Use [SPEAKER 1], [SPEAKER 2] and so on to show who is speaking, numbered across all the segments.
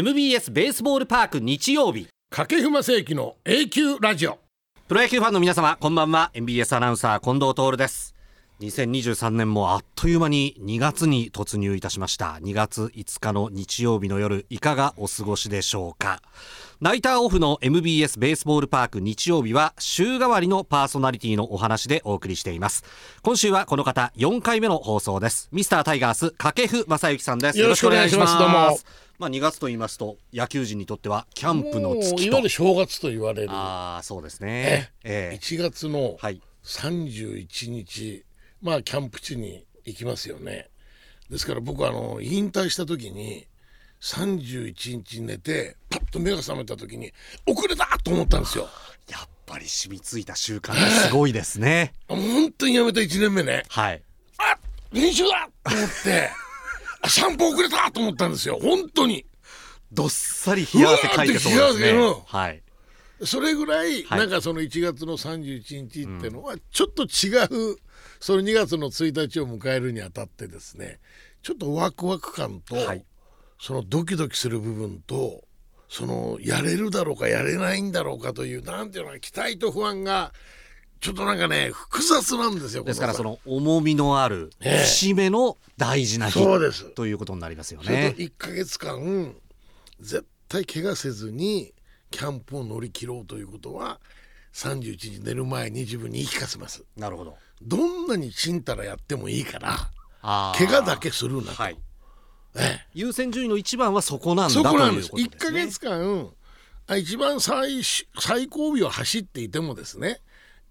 [SPEAKER 1] MBS ベースボールパーク日曜日
[SPEAKER 2] 掛布正幸の永久ラジオ
[SPEAKER 1] プロ野球ファンの皆様こんばんは MBS アナウンサー近藤徹です2023年もあっという間に2月に突入いたしました2月5日の日曜日の夜いかがお過ごしでしょうかナイターオフの MBS ベースボールパーク日曜日は週替わりのパーソナリティのお話でお送りしています今週はこの方4回目の放送ですミスタータイガース掛布正幸さんです
[SPEAKER 2] よろしくお願いしますどうも
[SPEAKER 1] まあ2月と言いますと野球人にとってはキャンプの
[SPEAKER 2] もう
[SPEAKER 1] 月
[SPEAKER 2] いわ
[SPEAKER 1] と
[SPEAKER 2] ゆる正月と言われる
[SPEAKER 1] ああそうですねええ
[SPEAKER 2] 1月の
[SPEAKER 1] はい
[SPEAKER 2] 31日、まあキャンプ地に行きますよねですから僕あの引退した時に31日に寝てパッと目が覚めた時に遅れたと思ったんですよ
[SPEAKER 1] やっぱり染みついた習慣がすごいですね。
[SPEAKER 2] あもう本当にやめた1年目ね
[SPEAKER 1] はい。
[SPEAKER 2] あ練習だと思ってあ散歩遅れたと思ったんですよ本当に
[SPEAKER 1] どっさり冷や汗かいてそうですね
[SPEAKER 2] うわーって冷や汗うん。
[SPEAKER 1] はい。
[SPEAKER 2] それぐらい、
[SPEAKER 1] はい
[SPEAKER 2] なんかその1月の31日ってのはちょっと違う、その2月の1日を迎えるにあたってですねちょっとワクワク感と、
[SPEAKER 1] はい
[SPEAKER 2] そのドキドキする部分とそのやれるだろうかやれないんだろうかというなんていうのかな期待と不安がちょっとなんかね複雑なんですよ
[SPEAKER 1] ですから
[SPEAKER 2] こ
[SPEAKER 1] そ
[SPEAKER 2] の
[SPEAKER 1] の重みのある
[SPEAKER 2] ええ
[SPEAKER 1] 節目の大事な日
[SPEAKER 2] そうです
[SPEAKER 1] ということになりますよ
[SPEAKER 2] それ
[SPEAKER 1] ね
[SPEAKER 2] と。1ヶ月間絶対怪我せずにキャンプを乗り切ろうということは31日寝る前に自分に言い聞かせます。
[SPEAKER 1] なるほど。
[SPEAKER 2] どんなにちんたらやってもいいから
[SPEAKER 1] あー
[SPEAKER 2] 怪我だ。けするなと、
[SPEAKER 1] はい。
[SPEAKER 2] え
[SPEAKER 1] 優先順位の一番はそこなん
[SPEAKER 2] え、
[SPEAKER 1] だ
[SPEAKER 2] そ
[SPEAKER 1] という
[SPEAKER 2] こ
[SPEAKER 1] こと
[SPEAKER 2] なん
[SPEAKER 1] で
[SPEAKER 2] です
[SPEAKER 1] すね。
[SPEAKER 2] 一1か月間あ一番最終最後尾を走っていてもですね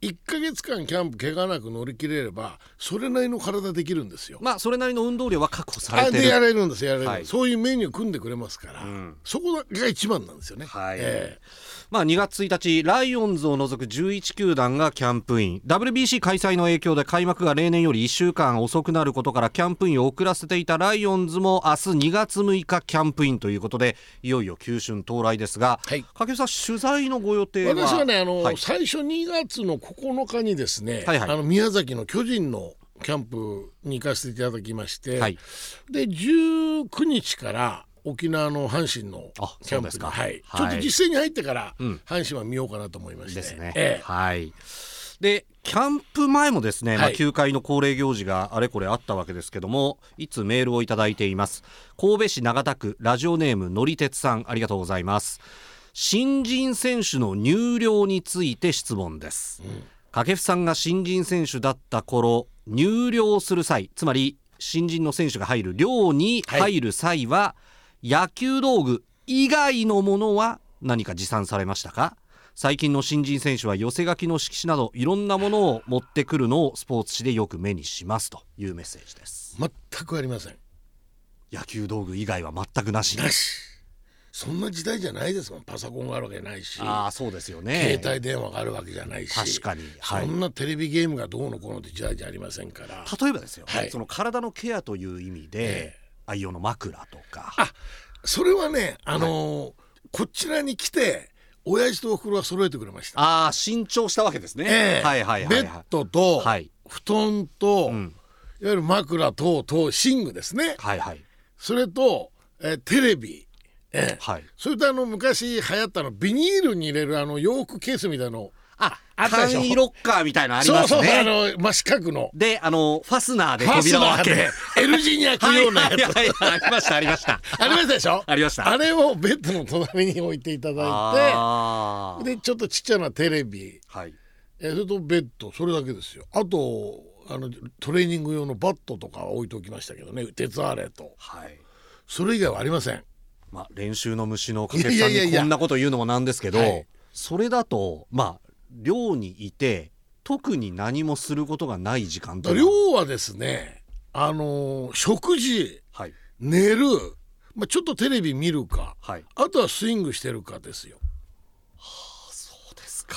[SPEAKER 2] 1か月間キャンプ怪我なく乗り切れればそれなりの体できるんですよ。
[SPEAKER 1] まあそれなりの運動量は確保さ
[SPEAKER 2] あ
[SPEAKER 1] れ
[SPEAKER 2] で
[SPEAKER 1] て
[SPEAKER 2] や
[SPEAKER 1] る。
[SPEAKER 2] れるんですやれる、
[SPEAKER 1] はい
[SPEAKER 2] そういうメニュー組んでくれますから、
[SPEAKER 1] ん
[SPEAKER 2] そこが一番なんですよね。
[SPEAKER 1] はい
[SPEAKER 2] え
[SPEAKER 1] まあ2月1日ライオンズを除く11球団がキャンプイン WBC 開催の影響で開幕が例年より1週間遅くなることからキャンプインを遅らせていたライオンズも明日2月6日キャンプインということでいよいよ球春到来ですが、
[SPEAKER 2] はい
[SPEAKER 1] 掛布さん取材のご予
[SPEAKER 2] え
[SPEAKER 1] 定は
[SPEAKER 2] 私はねあの、
[SPEAKER 1] はい
[SPEAKER 2] 最初2月の9日にですね、
[SPEAKER 1] はいはい
[SPEAKER 2] あの宮崎の巨人のキャンプに行かせていただきまして、
[SPEAKER 1] はい
[SPEAKER 2] で19日から沖縄の阪神の
[SPEAKER 1] あ
[SPEAKER 2] キャ
[SPEAKER 1] そう
[SPEAKER 2] ンプ
[SPEAKER 1] です
[SPEAKER 2] に
[SPEAKER 1] か
[SPEAKER 2] はい
[SPEAKER 1] はい
[SPEAKER 2] ちょっと実際に入ってから
[SPEAKER 1] うん
[SPEAKER 2] 阪神は見ようかなと思いまして、
[SPEAKER 1] ですね、
[SPEAKER 2] ええ
[SPEAKER 1] はいでキャンプ前もですね、まあ、
[SPEAKER 2] はい
[SPEAKER 1] 球界の恒例行事があれこれあったわけですけどもいつメールをいただいています神戸市長田区ラジオネームのりてつさんありがとうございます新人選手の入寮について質問です、掛布さんが新人選手だった頃入寮する際つまり新人の選手が入る寮に入る際は、野球道具以外のものは何か持参されましたか最近の新人選手は寄せ書きの色紙などいろんなものを持ってくるのをスポーツ紙でよく目にしますというメッセージです
[SPEAKER 2] 全くありません
[SPEAKER 1] 野球道具以外は全くなし
[SPEAKER 2] なしそんな時代じゃないですもんパソコンがあるわけない し
[SPEAKER 1] ああそうですよね
[SPEAKER 2] 携帯電話があるわけじゃないし
[SPEAKER 1] 確かにはい
[SPEAKER 2] そんなテレビゲームがどうのこうのって時代じゃありませんから
[SPEAKER 1] 例えばですよ、
[SPEAKER 2] はい
[SPEAKER 1] その体のケアという意味で、愛用の枕とか
[SPEAKER 2] あそれはねあのーこちらに来て親父とおふくろは揃えてくれまし た
[SPEAKER 1] ああ新調したわけですね、
[SPEAKER 2] ええ
[SPEAKER 1] はいはいはい
[SPEAKER 2] ベッ
[SPEAKER 1] は
[SPEAKER 2] ドと
[SPEAKER 1] はい
[SPEAKER 2] 布団と、
[SPEAKER 1] ん
[SPEAKER 2] いわゆる枕等々寝具です
[SPEAKER 1] い
[SPEAKER 2] ね
[SPEAKER 1] はいはい
[SPEAKER 2] それと、えーテレビ、ええ
[SPEAKER 1] はい
[SPEAKER 2] それとあの昔流行ったのビニールに入れるあの洋服ケースみたいの
[SPEAKER 1] あ
[SPEAKER 2] あったでしょ
[SPEAKER 1] 簡易ロッカーみたいなのあり
[SPEAKER 2] そ
[SPEAKER 1] ま
[SPEAKER 2] う
[SPEAKER 1] す
[SPEAKER 2] そう
[SPEAKER 1] ね
[SPEAKER 2] あの真四角の
[SPEAKER 1] であのファスナーで
[SPEAKER 2] ファス
[SPEAKER 1] 扉を
[SPEAKER 2] ナ
[SPEAKER 1] 開
[SPEAKER 2] ー
[SPEAKER 1] け
[SPEAKER 2] で L 字に開くようなやつ、
[SPEAKER 1] はいはい はいありましたありました
[SPEAKER 2] ありましたでしょ
[SPEAKER 1] ありました
[SPEAKER 2] あれをベッドの隣に置いていただ
[SPEAKER 1] あ
[SPEAKER 2] い
[SPEAKER 1] ー
[SPEAKER 2] てでちょっとちっちゃなテレビ
[SPEAKER 1] はい
[SPEAKER 2] えーそれとベッドそれだけですよあとあのトレーニング用のバットとかは置いておきましたけどね鉄アレと
[SPEAKER 1] はい
[SPEAKER 2] それ以外はありません
[SPEAKER 1] まあ練習の虫の掛布
[SPEAKER 2] い
[SPEAKER 1] さ
[SPEAKER 2] や
[SPEAKER 1] ん
[SPEAKER 2] いやい
[SPEAKER 1] に
[SPEAKER 2] や
[SPEAKER 1] こんなこと言うのもなんですけど
[SPEAKER 2] はい
[SPEAKER 1] それだとまあ寮にいて特に何もすることがない時間というのは
[SPEAKER 2] 量はですねあのー食事
[SPEAKER 1] はい
[SPEAKER 2] 寝る、まあ、ちょっとテレビ見るか
[SPEAKER 1] はい
[SPEAKER 2] あとはスイングしてるかですよ
[SPEAKER 1] そうですか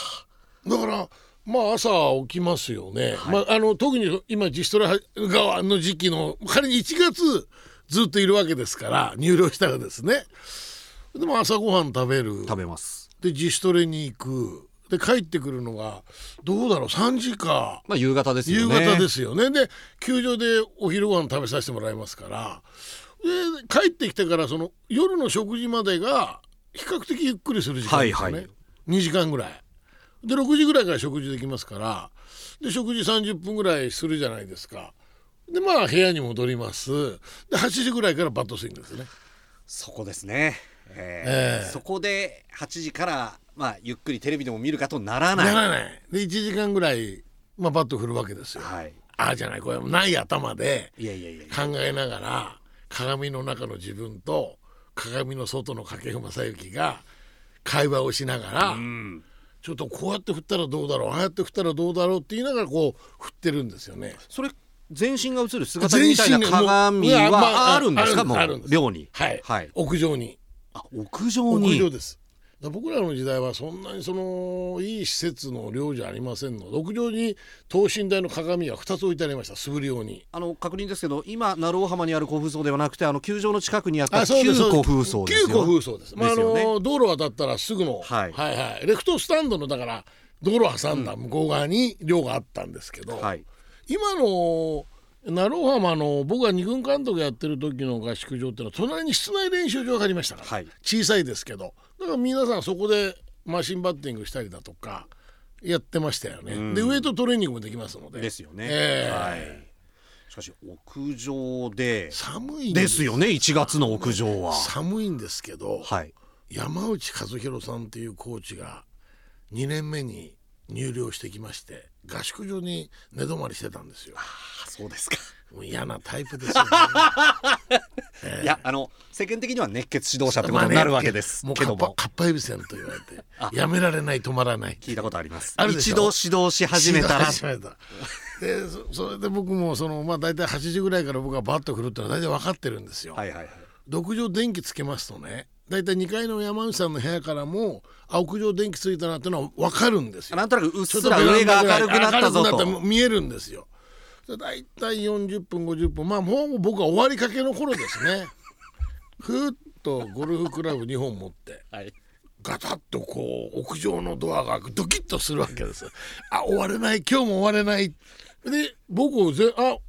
[SPEAKER 2] だからまあ朝起きますよね、まあ、あの特に今自主トレ側の時期の仮に1月ずっといるわけですから入寮したらですねでも朝ごはん食べる
[SPEAKER 1] 食べます
[SPEAKER 2] で自主トレに行くで帰ってくるのがどうだろう3時か
[SPEAKER 1] まあ夕方です
[SPEAKER 2] 夕
[SPEAKER 1] よね
[SPEAKER 2] 方ですすよねで球場でお昼ご飯食べさせてもらいますからで帰ってきてからその夜の食事までが比較的ゆっくりする時間ですよね、
[SPEAKER 1] はいはい
[SPEAKER 2] 2時間ぐらいで6時ぐらいから食事できますからで食事30分ぐらいするじゃないですかでまあ部屋に戻りますで8時ぐらいからバットスイングですね
[SPEAKER 3] そこですね、えー
[SPEAKER 2] ええ
[SPEAKER 3] そこで8時から、まあ、ゆっくりテレビでも見るかとならない
[SPEAKER 2] ならないで1時間ぐらい、まあ、バット振るわけですよ、
[SPEAKER 3] はい、
[SPEAKER 2] ああじゃないこれもない頭で
[SPEAKER 3] いやいやいやいや
[SPEAKER 2] 考えながら鏡の中の自分と鏡の外の掛布正幸が会話をしながら、
[SPEAKER 3] うん
[SPEAKER 2] ちょっとこうやって振ったらどうだろうああやって振ったらどうだろうって言いながらこう振ってるんですよね。
[SPEAKER 1] それ全身が映る姿みたいな鏡
[SPEAKER 2] 全身がもううわま
[SPEAKER 1] は
[SPEAKER 2] あ
[SPEAKER 1] あるんですか
[SPEAKER 2] あるんで
[SPEAKER 1] も
[SPEAKER 2] すある
[SPEAKER 1] うん
[SPEAKER 2] です
[SPEAKER 1] 寮に
[SPEAKER 2] はい、
[SPEAKER 1] はい
[SPEAKER 2] 屋上に
[SPEAKER 1] あ屋上
[SPEAKER 2] 屋上
[SPEAKER 1] に
[SPEAKER 2] です。だから僕らの時代はそんなにそのいい施設の寮じゃありませんので屋上に等身大の鏡が2つ置いてありました素振り用に。
[SPEAKER 1] あの確認ですけど今鳴尾浜にある古風荘ではなくてあの球場の近くにあった
[SPEAKER 2] あそう
[SPEAKER 1] 旧
[SPEAKER 2] です
[SPEAKER 1] 古風荘ですよ
[SPEAKER 2] 旧古風荘です。まあ、あ
[SPEAKER 1] ですよね
[SPEAKER 2] の、道路渡ったらすぐの、
[SPEAKER 1] はい
[SPEAKER 2] はいはいレフトスタンドの、だから、道路挟んだ向こう側に寮があったんですけど、
[SPEAKER 1] はい
[SPEAKER 2] 今の、鳴尾浜の僕が二軍監督やってる時の合宿場っていうのは隣に室内練習場がありましたから、
[SPEAKER 1] はい
[SPEAKER 2] 小さいですけどだから皆さんそこでマシンバッティングしたりだとかやってましたよね、でウエイトトレーニングもできますので
[SPEAKER 1] ですよね、
[SPEAKER 2] ええ
[SPEAKER 1] はいしかし屋上で
[SPEAKER 2] 寒いん
[SPEAKER 1] ですよね1月の屋上は
[SPEAKER 2] 寒いんですけど、
[SPEAKER 1] はい
[SPEAKER 2] 山内和弘さんっていうコーチが2年目に入寮してきまして合宿所に寝泊まりしてたんですよ
[SPEAKER 3] あそうですか、
[SPEAKER 2] もう嫌なタイプですよね
[SPEAKER 3] いやあの世間的には熱血指導者ってこ
[SPEAKER 2] ま
[SPEAKER 3] と
[SPEAKER 2] あ
[SPEAKER 3] に
[SPEAKER 2] ね
[SPEAKER 3] なるわけです
[SPEAKER 2] もう
[SPEAKER 3] け
[SPEAKER 2] カ
[SPEAKER 3] ど
[SPEAKER 2] ッパ
[SPEAKER 3] も
[SPEAKER 2] カッパエビセンと言われてやめられない止まらない
[SPEAKER 1] 聞いたことあります
[SPEAKER 2] あるでし
[SPEAKER 1] 一
[SPEAKER 2] ょ
[SPEAKER 1] 度指導し始めたら
[SPEAKER 2] 始めたでそそれで僕もそのまあ大体8時ぐらいから僕はバッと来るってのは大体分かってるんですよ、
[SPEAKER 1] はいはいはい
[SPEAKER 2] 独上電気つけますとね大体2階の山内さんの部屋からもあ屋上電気ついたなってのは分かるんですよ
[SPEAKER 1] なんとなくうっすら上が明るくなったぞ
[SPEAKER 2] 明るくな
[SPEAKER 1] と
[SPEAKER 2] って見えるんですよだいたい40分50分まあもう僕は終わりかけの頃ですね ふーっとゴルフクラブ2本持って
[SPEAKER 3] はい
[SPEAKER 2] ガタッとこう屋上のドアが開くドキッとするわけですあ終われない今日も終われないで僕をぜあお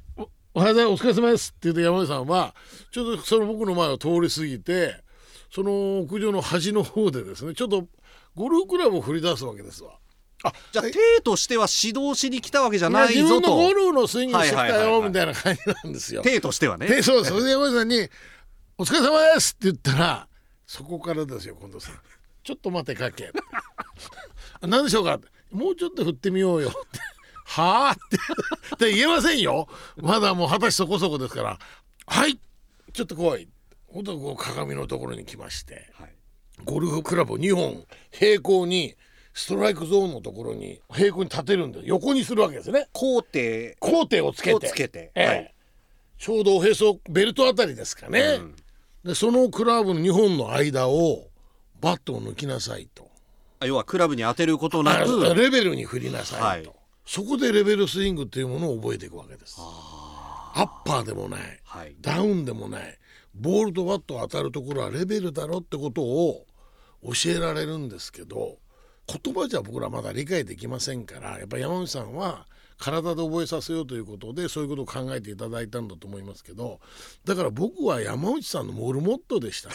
[SPEAKER 2] おはようございますお疲れ様ですって言って山根さんはちょっとその僕の前を通り過ぎてその屋上の端の方でですねちょっとゴルフクラブを振り出すわけですわ。あ
[SPEAKER 1] じゃあ、手としては指導しに来たわけじゃ
[SPEAKER 2] まあ
[SPEAKER 1] ない
[SPEAKER 2] 自
[SPEAKER 1] ぞ
[SPEAKER 2] 分のゴ
[SPEAKER 1] と
[SPEAKER 2] ルフのスイングしてき
[SPEAKER 1] は
[SPEAKER 2] た
[SPEAKER 1] いはいはい
[SPEAKER 2] よ
[SPEAKER 1] はい
[SPEAKER 2] みたいな感じなんですよ。
[SPEAKER 1] 手としてはね
[SPEAKER 2] でそうそれで山内さんに「お疲れ様です」って言ったらそこからですよ近藤さん「ちょっと待てかけ」 あ何でしょうか?」もうちょっと振ってみようよ」 って「はあ?」って で言えませんよまだもう二十歳そこそこですから「はいちょっと来い」ほんとこう鏡のところに来まして
[SPEAKER 3] はい
[SPEAKER 2] ゴルフクラブ2本平行にストライクゾーンのところに平行に立てるんで横にするわけですね。
[SPEAKER 3] 皇帝
[SPEAKER 2] 工程をつけ
[SPEAKER 3] を
[SPEAKER 2] て
[SPEAKER 3] つけて
[SPEAKER 2] ええ
[SPEAKER 3] はい
[SPEAKER 2] ちょうどおへそベルトあたりですかね、でそのクラブの2本の間をバットを抜きなさいと
[SPEAKER 1] あ要はクラブに当てることなく
[SPEAKER 2] あレベルに振りなさいと、
[SPEAKER 1] はい
[SPEAKER 2] そこでレベルスイングというものを覚えていくわけですアッパーでもない、
[SPEAKER 1] はい
[SPEAKER 2] ダウンでもないボールとバットが当たるところはレベルだろってことを教えられるんですけど言葉じゃ僕らまだ理解できませんからやっぱ山内さんは体で覚えさせようということでそういうことを考えていただいたんだと思いますけどだから僕は山内さんのモルモットでしたね。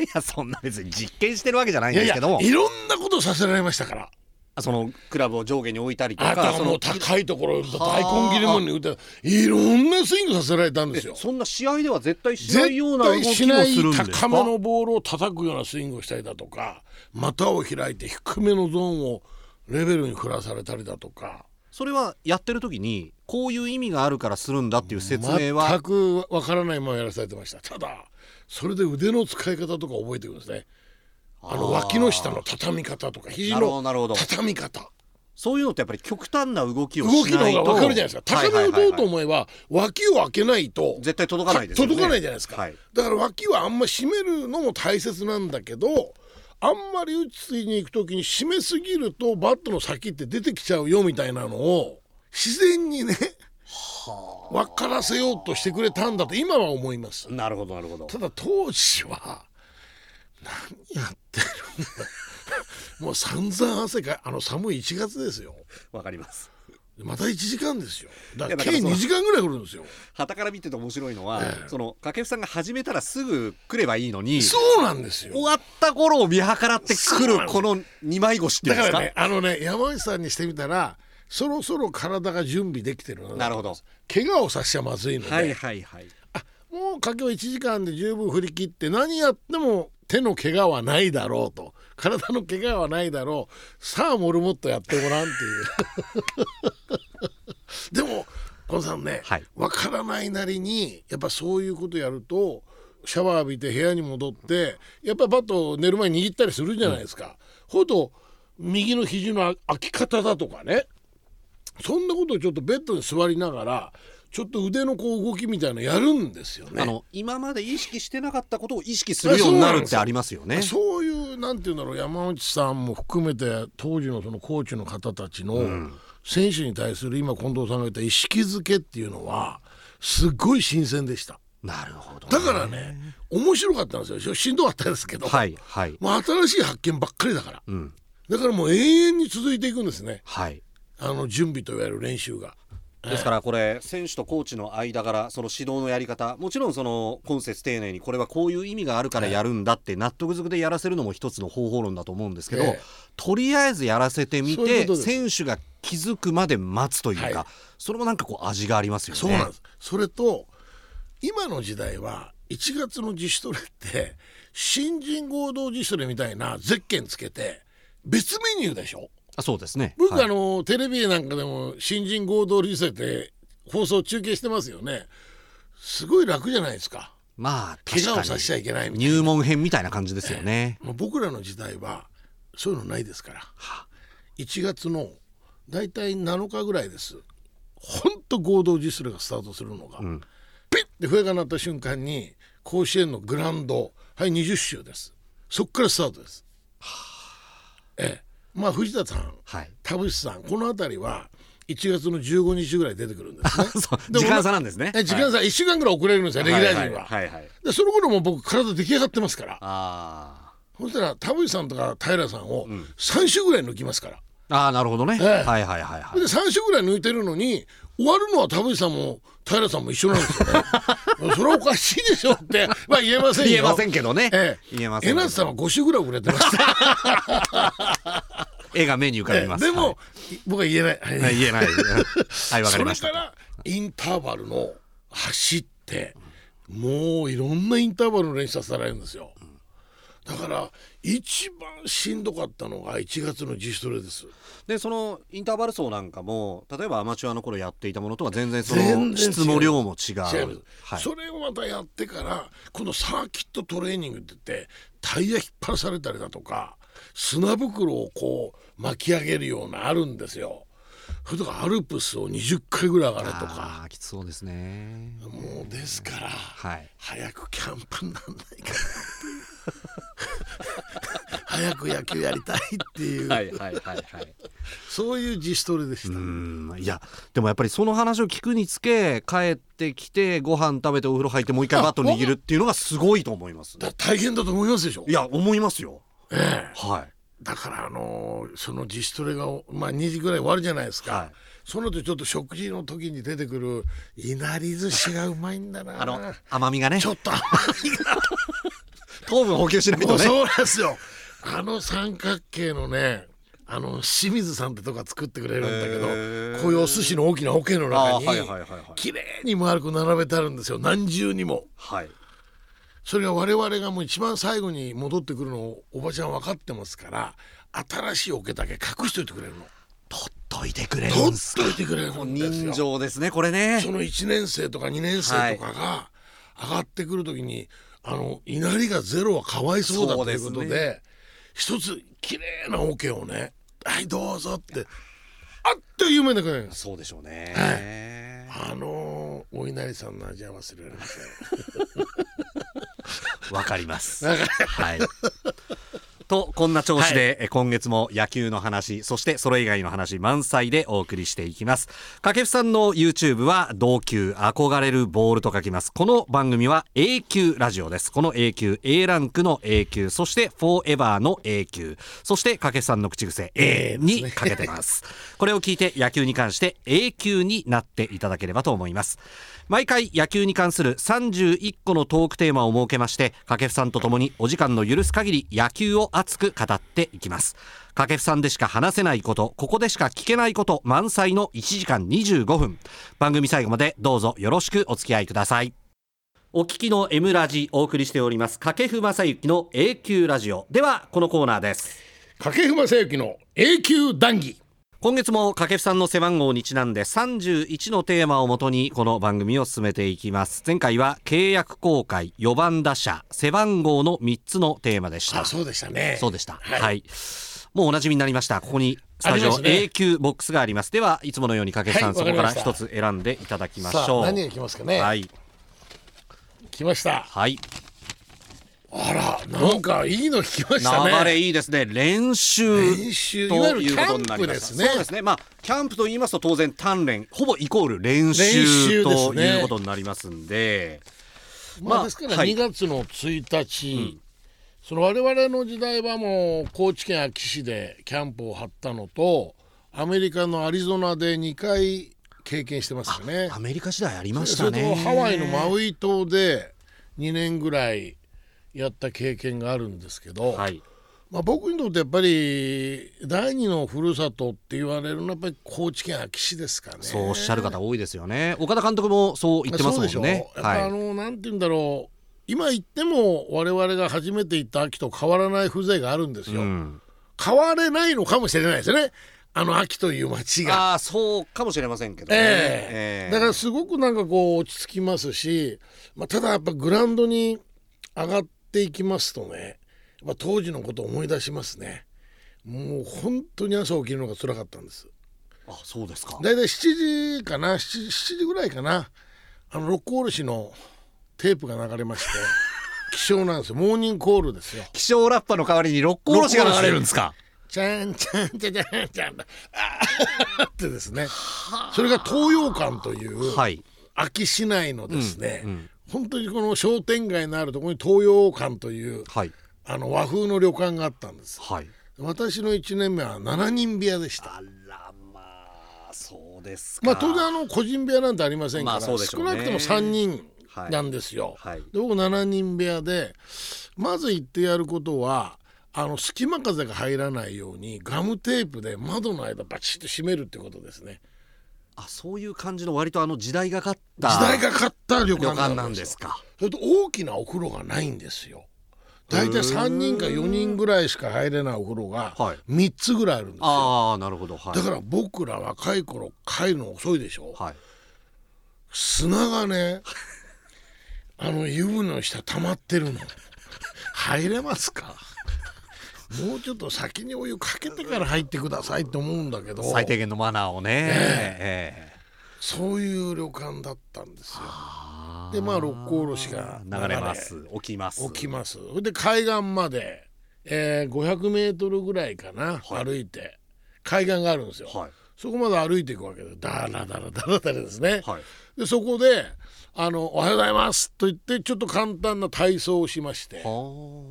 [SPEAKER 1] いやそんな別に実験してるわけじゃないん
[SPEAKER 2] いや
[SPEAKER 1] です
[SPEAKER 2] いや
[SPEAKER 1] け
[SPEAKER 2] い
[SPEAKER 1] ども
[SPEAKER 2] ろんなことさせられましたから。
[SPEAKER 1] あその
[SPEAKER 3] クラブを上下に置いたりと
[SPEAKER 2] あ
[SPEAKER 3] か
[SPEAKER 2] た
[SPEAKER 3] そ
[SPEAKER 2] かも
[SPEAKER 3] の
[SPEAKER 2] う高いところ大根切れもんに打ったいろんなスイングさせられたんですよ。
[SPEAKER 1] そんな試合では絶対し
[SPEAKER 2] 絶
[SPEAKER 1] ないような動
[SPEAKER 2] 対
[SPEAKER 1] きもす
[SPEAKER 2] し
[SPEAKER 1] るん
[SPEAKER 2] な
[SPEAKER 1] です
[SPEAKER 2] い
[SPEAKER 1] か
[SPEAKER 2] 高めのボールを叩くようなスイングをしたりだとか股を開いて低めのゾーンをレベルに振らされたりだとか
[SPEAKER 1] それはやってる時にこういう意味があるからするんだっていう説明
[SPEAKER 2] 全
[SPEAKER 1] は
[SPEAKER 2] くわからないままやらされてましたただそれで腕の使い方とか覚えていくんですねあの脇の下の畳み方とか肘
[SPEAKER 3] なるほど
[SPEAKER 2] の
[SPEAKER 3] なるほど
[SPEAKER 2] 畳み方
[SPEAKER 1] そういうのってやっぱり極端な動きを
[SPEAKER 2] 動
[SPEAKER 1] し
[SPEAKER 2] きの
[SPEAKER 1] ない
[SPEAKER 2] 方
[SPEAKER 1] と
[SPEAKER 2] が分かるじゃないですか
[SPEAKER 1] は
[SPEAKER 2] 高
[SPEAKER 1] は
[SPEAKER 2] めを打
[SPEAKER 1] は
[SPEAKER 2] と
[SPEAKER 1] いう
[SPEAKER 2] と思えば脇を開けないと
[SPEAKER 1] 絶対届かないですよね
[SPEAKER 2] 届かないじゃないですか、
[SPEAKER 1] はい
[SPEAKER 2] だから脇はあんま締めるのも大切なんだけどあんまり打ちついに行く時に締めすぎるとバットの先って出てきちゃうよみたいなのを自然にね分からせようとしてくれたんだと今は思います
[SPEAKER 3] なるほどなるほど
[SPEAKER 2] ただ当時は何やってるんだもう散々汗かいあの寒い1月ですよ
[SPEAKER 3] わかります
[SPEAKER 2] また1時間ですよだから
[SPEAKER 3] いやだから
[SPEAKER 2] 計
[SPEAKER 3] その
[SPEAKER 2] 2時間ぐらい来るんですよ
[SPEAKER 3] 旗から見てて面白いのは、
[SPEAKER 2] ええ
[SPEAKER 3] その掛布さんが始めたらすぐ来ればいいのに
[SPEAKER 2] そうなんですよ
[SPEAKER 3] 終わった頃を見計らってく
[SPEAKER 2] そうな
[SPEAKER 3] る
[SPEAKER 2] んです
[SPEAKER 3] この二枚腰ってい
[SPEAKER 2] だ
[SPEAKER 3] うんで
[SPEAKER 2] か
[SPEAKER 3] す
[SPEAKER 2] ら
[SPEAKER 3] か
[SPEAKER 2] ねあのね山内さんにしてみたらそろそろ体が準備できてるの
[SPEAKER 3] なるほど
[SPEAKER 2] 怪我をさせちゃまずいので、
[SPEAKER 3] はいはいはい
[SPEAKER 2] あもう賭けは1時間で十分振り切って何やっても手の怪我はないだろうと体の怪我はないだろうさあモルモットやってごらんっていう でもこのさんね、
[SPEAKER 3] はい
[SPEAKER 2] わからないなりにやっぱそういうことやるとシャワー浴びて部屋に戻ってやっぱりバットを寝る前に握ったりするじゃないですか。ほうと右の肘の開き方だとかねそんなことをちょっとベッドに座りながらちょっと腕のこう動きみたいなのやるんですよね。
[SPEAKER 1] あの今まで意識してなかったことを意識するようになるってありますよね。
[SPEAKER 2] そういうなんていうんだろう山内さんも含めて当時のそのコーチの方たちの選手に対する今近藤さんが言った意識づけっていうのはすごい新鮮でした
[SPEAKER 1] なるほど、
[SPEAKER 2] だからね面白かったんですよししんどかったですけど、
[SPEAKER 1] はいはい
[SPEAKER 2] もう新しい発見ばっかりだから
[SPEAKER 1] うん
[SPEAKER 2] だからもう永遠に続いていくんですね
[SPEAKER 1] はい。
[SPEAKER 2] あの準備といわゆる練習が
[SPEAKER 3] ですからこれ選手とコーチの間からその指導のやり方もちろんその今節丁寧にこれはこういう意味があるからやるんだって納得づくでやらせるのも一つの方法論だと思うんですけど、
[SPEAKER 2] ええ
[SPEAKER 1] とりあえずやらせてみ
[SPEAKER 2] そういう
[SPEAKER 1] て
[SPEAKER 2] ことです
[SPEAKER 1] 選手が気づくまで待つというか、
[SPEAKER 2] はい
[SPEAKER 1] それもなんかこう味がありますよね。
[SPEAKER 2] そうなんです、それと今の時代は1月の自主トレって新人合同自主トレみたいなゼッケンつけて別メニューでしょ
[SPEAKER 1] あそうですね。
[SPEAKER 2] 僕、
[SPEAKER 1] はい
[SPEAKER 2] あのテレビなんかでも新人合同自主トレって放送中継してますよねすごい楽じゃないですか
[SPEAKER 1] まあ
[SPEAKER 2] 怪
[SPEAKER 1] 確
[SPEAKER 2] 我
[SPEAKER 1] か
[SPEAKER 2] をさせちゃ
[SPEAKER 1] に
[SPEAKER 2] いけないみたい
[SPEAKER 1] 入門編みたいな感じですよね。
[SPEAKER 2] なもう僕らの時代はそういうのないですから
[SPEAKER 1] は
[SPEAKER 2] 1月のだいたい7日ぐらいですほんと合同自主トレがスタートするのが、
[SPEAKER 1] うん
[SPEAKER 2] ピッて笛が鳴った瞬間に甲子園のグラウンドはい20周ですそっからスタートですええまあ藤田さん
[SPEAKER 1] はい。
[SPEAKER 2] 田淵さんこの辺りは1月の15日ぐらい出てくるんです
[SPEAKER 1] そう
[SPEAKER 2] で
[SPEAKER 1] 時間差なんですね。
[SPEAKER 2] ねえ時間差1週間ぐらい遅れるんですよレギュラー陣は,、
[SPEAKER 3] はいはい
[SPEAKER 2] でその頃もう僕体出来上がってますから
[SPEAKER 3] あ
[SPEAKER 2] そしたら田淵さんとか平さんを3週ぐらい抜きますから、
[SPEAKER 1] ああなるほどね。
[SPEAKER 2] ええ
[SPEAKER 1] はいはいはいはい
[SPEAKER 2] で。3週ぐらい抜いてるのに終わるのは田淵さんも平さんも一緒なんです よねそれはおかしいでしょってまあ言えませんよ
[SPEAKER 1] 言えませんけどね。
[SPEAKER 2] ええ、
[SPEAKER 1] 言えません
[SPEAKER 2] え
[SPEAKER 1] けど。
[SPEAKER 2] なつさんは5週ぐらい遅れてま した、
[SPEAKER 1] 絵がメニューから見ます。
[SPEAKER 2] でも、い僕は言えない、はい
[SPEAKER 1] はい、言 えない。はい、わか
[SPEAKER 2] そ
[SPEAKER 1] りま
[SPEAKER 2] れ
[SPEAKER 1] し
[SPEAKER 2] か
[SPEAKER 1] た。
[SPEAKER 2] らインターバルの走ってもういろんなインターバルの練習させられるんですよだから一番しんどかったのが1月の自主トレです
[SPEAKER 3] でそのインターバル走なんかも例えばアマチュアの頃やっていたものとは全然そ
[SPEAKER 2] 全
[SPEAKER 3] の
[SPEAKER 2] 然違う
[SPEAKER 1] 質も量も違う。
[SPEAKER 2] 違います、
[SPEAKER 1] はい。
[SPEAKER 2] それをまたやってからこのサーキットトレーニングって言ってタイヤ引っ張らされたりだとか砂袋をこう巻き上げるようなあるんですよ。それとかアルプスを20回ぐらい上がれとか
[SPEAKER 1] ああ、きつそうですね。
[SPEAKER 2] もうですから、
[SPEAKER 1] はい。
[SPEAKER 2] 早くキャンプになんな いかな早く野球やりたいっていう、
[SPEAKER 3] はいはいはいはい
[SPEAKER 2] そういう自主トレでした。
[SPEAKER 1] うん、いや、でもやっぱりその話を聞くにつけ、帰ってきて、ご飯食べてお風呂入って、もう一回バット握るっていうのがすごいと思います。
[SPEAKER 2] だ大変だと思いますでしょ
[SPEAKER 1] いや、思いますよ。
[SPEAKER 2] ええ
[SPEAKER 1] はい。
[SPEAKER 2] だからあのーその自主トレが、まあ、2時ぐらい終わるじゃないですか、
[SPEAKER 1] はい
[SPEAKER 2] その後ちょっと食事の時に出てくるいなり寿司がうまいんだな
[SPEAKER 1] あの、甘みがね
[SPEAKER 2] ち、ょっと甘
[SPEAKER 1] 糖分補給しない
[SPEAKER 2] いも
[SPEAKER 1] と
[SPEAKER 2] う
[SPEAKER 1] ね。
[SPEAKER 2] そうなんですよあの三角形のねあの清水さんってとか作ってくれるんだけど、こういうお寿司の大きな桶の中に、
[SPEAKER 3] あーはいはいはいはい
[SPEAKER 2] 綺麗に丸く並べてあるんですよ何重にも
[SPEAKER 3] はい
[SPEAKER 2] それが我々がもう一番最後に戻ってくるのをおばちゃん分かってますから新しい桶だけ隠しといてくれるの。
[SPEAKER 1] 取っといてくれる
[SPEAKER 2] 取
[SPEAKER 1] ん
[SPEAKER 2] っ
[SPEAKER 1] す。
[SPEAKER 2] といてくれるんです
[SPEAKER 3] 人
[SPEAKER 2] よ。
[SPEAKER 3] 情ですねこれね
[SPEAKER 2] その1年生とか2年生とかが上がってくるときに、あの稲荷がゼロはかわいそうだということ
[SPEAKER 3] そう
[SPEAKER 2] で
[SPEAKER 3] で
[SPEAKER 2] 一つ綺麗なオ、ケをね「はいどうぞ」ってあっという間になくなります。
[SPEAKER 3] そうでしょうね、
[SPEAKER 2] あのーお稲荷さんの味は忘れられません。
[SPEAKER 1] わかります。
[SPEAKER 2] だから
[SPEAKER 1] はい。とこんな調子で、え今月も野球の話そしてそれ以外の話満載でお送りしていきます掛布さんの YouTube は同級憧れるボールと書きますこの番組は A 級ラジオですこの A 級 A ランクの A 級そしてフォーエバーの A 級そして掛布さんの口癖 A にかけてますこれを聞いて野球に関して A 級になっていただければと思います毎回野球に関する31個のトークテーマを設けまして掛布さんと共にお時間の許す限り野球を熱く語っていきます掛布さんでしか話せないことここでしか聞けないこと満載の1時間25分番組最後までどうぞよろしくお付き合いくださいお聞きの M ラジお送りしております掛布正幸の A 級ラジオではこのコーナーです
[SPEAKER 2] 掛布正幸の永久談義
[SPEAKER 1] 今月も掛布さんの背番号にちなんで31のテーマをもとにこの番組を進めていきます前回は契約更改4番打者背番号の3つのテーマでした
[SPEAKER 2] あそうでしたね
[SPEAKER 1] そうでしたは、
[SPEAKER 2] はいい
[SPEAKER 1] もうおなじみになりましたここにスタジ
[SPEAKER 2] あ
[SPEAKER 1] オ
[SPEAKER 2] りますね
[SPEAKER 1] A 級ボックスがありますではいつものように掛布さん、
[SPEAKER 2] はい
[SPEAKER 1] そこから
[SPEAKER 2] わかり
[SPEAKER 1] 一
[SPEAKER 2] まし
[SPEAKER 1] つ選んでいただきまし
[SPEAKER 2] さ
[SPEAKER 1] ょ
[SPEAKER 2] あ
[SPEAKER 1] う
[SPEAKER 2] 何が来ますかね、
[SPEAKER 1] はい
[SPEAKER 2] 来ました
[SPEAKER 1] はい、
[SPEAKER 2] あらなんかいいの聞きましたね
[SPEAKER 1] 流れいいですね練習
[SPEAKER 2] 練習
[SPEAKER 1] と
[SPEAKER 2] いわゆる
[SPEAKER 1] いう
[SPEAKER 2] キ
[SPEAKER 1] こと
[SPEAKER 2] ャ
[SPEAKER 1] にな
[SPEAKER 2] ン
[SPEAKER 1] り
[SPEAKER 2] プ
[SPEAKER 1] ま
[SPEAKER 2] ですすね
[SPEAKER 1] そうですねまあキャンプと言いますと当然鍛錬ほぼイコール練
[SPEAKER 2] 練
[SPEAKER 1] 習
[SPEAKER 2] 習です
[SPEAKER 1] と
[SPEAKER 2] ね
[SPEAKER 1] いうことになりますんで
[SPEAKER 2] ま
[SPEAKER 1] まあ
[SPEAKER 2] あ、ですから
[SPEAKER 1] はい
[SPEAKER 2] 2月の1日、その我々の時代はもう高知県安芸市でキャンプを張ったのとアメリカのアリゾナで2回経験してますよね
[SPEAKER 1] ア。メリカ時代ありまし
[SPEAKER 2] そ
[SPEAKER 1] た
[SPEAKER 2] れ
[SPEAKER 1] ね
[SPEAKER 2] とハワイのマウイ島で2年ぐらいやった経験があるんですけど、
[SPEAKER 1] はい
[SPEAKER 2] まあ、僕にとってやっぱり第二のふるさとって言われるのはやっぱり高知県安芸市ですかね。
[SPEAKER 1] そうおっしゃる方多いですよね岡田監督もそう言ってますも
[SPEAKER 2] そうんでしょ
[SPEAKER 1] ね
[SPEAKER 2] うやっぱ
[SPEAKER 1] は
[SPEAKER 2] あ
[SPEAKER 1] い
[SPEAKER 2] の、なんて言うんだろう今言っても我々が初めて行った秋と変わらない風情があるんですよ、
[SPEAKER 1] うん
[SPEAKER 2] 変われないのかもしれないですよねあの秋という街が、
[SPEAKER 3] ああそうかもしれませんけどね、
[SPEAKER 2] ええ
[SPEAKER 3] ええ
[SPEAKER 2] だからすごくなんかこう落ち着きますし、まあ、ただやっぱグラウンドに上がっていきますとねやっぱ当時のことを思い出しますねもう本当に朝起きるのが辛かったんです
[SPEAKER 3] あそうですか
[SPEAKER 2] 大体7時かな 7, 7時ぐらいかなあの六甲おろしのテープが流れ まして希少なんですよモーニングコールですよ
[SPEAKER 1] 気象ラッパの代わりに六甲おろしが流れるんですか
[SPEAKER 2] チャンチャンチャンチャンチャンあーってですねそれが東洋館という
[SPEAKER 1] はい
[SPEAKER 2] 秋市内のですね、本当にこの商店街のあるところに東洋館という
[SPEAKER 1] はい
[SPEAKER 2] あの和風の旅館があったんです
[SPEAKER 1] はい
[SPEAKER 2] 私の1年目は7人部屋でした
[SPEAKER 3] あらまあそうですか
[SPEAKER 2] まあ当然あの個人部屋なんてありませんか
[SPEAKER 3] ま
[SPEAKER 2] ら、
[SPEAKER 3] あそうでしょ
[SPEAKER 2] 少
[SPEAKER 3] うね
[SPEAKER 2] なくとも3人なんですよ。
[SPEAKER 3] はいはい
[SPEAKER 2] で僕7人部屋でまず言ってやることはあの隙間風が入らないようにガムテープで窓の間バチッと閉めるってことですね。
[SPEAKER 3] あそういう感じの割とあの時代がかった
[SPEAKER 2] 時代が買った旅
[SPEAKER 3] 旅
[SPEAKER 2] 館
[SPEAKER 3] 館な
[SPEAKER 2] なんん
[SPEAKER 3] で
[SPEAKER 2] です
[SPEAKER 3] す
[SPEAKER 2] よ。
[SPEAKER 3] か
[SPEAKER 2] それと大きなお風呂がないんですよ。大体3人か4人ぐらいしか入れないお風呂が
[SPEAKER 1] はい
[SPEAKER 2] 3つぐらいあるんですよ。
[SPEAKER 1] ああなるほどはい
[SPEAKER 2] だから僕ら若い頃帰るの遅いでしょ。
[SPEAKER 1] はい
[SPEAKER 2] 砂がねあの湯船の下溜まってるの入れますかもうちょっと先にお湯かけてから入ってくださいと思うんだけど
[SPEAKER 1] 最低限のマナーをね、ええ
[SPEAKER 2] そういう旅館だったんですよでまあ六甲おろしが
[SPEAKER 1] 流れます起きます
[SPEAKER 2] 起きますそれで海岸まで、えー、500メートルぐらいかな、歩いて海岸があるんですよ、
[SPEAKER 3] はい
[SPEAKER 2] そこまで歩いていくわけでだらだらだらだらですね、
[SPEAKER 3] はい
[SPEAKER 2] でそこであの「おはようございます」と言ってちょっと簡単な体操をしまして
[SPEAKER 1] あ
[SPEAKER 2] ほ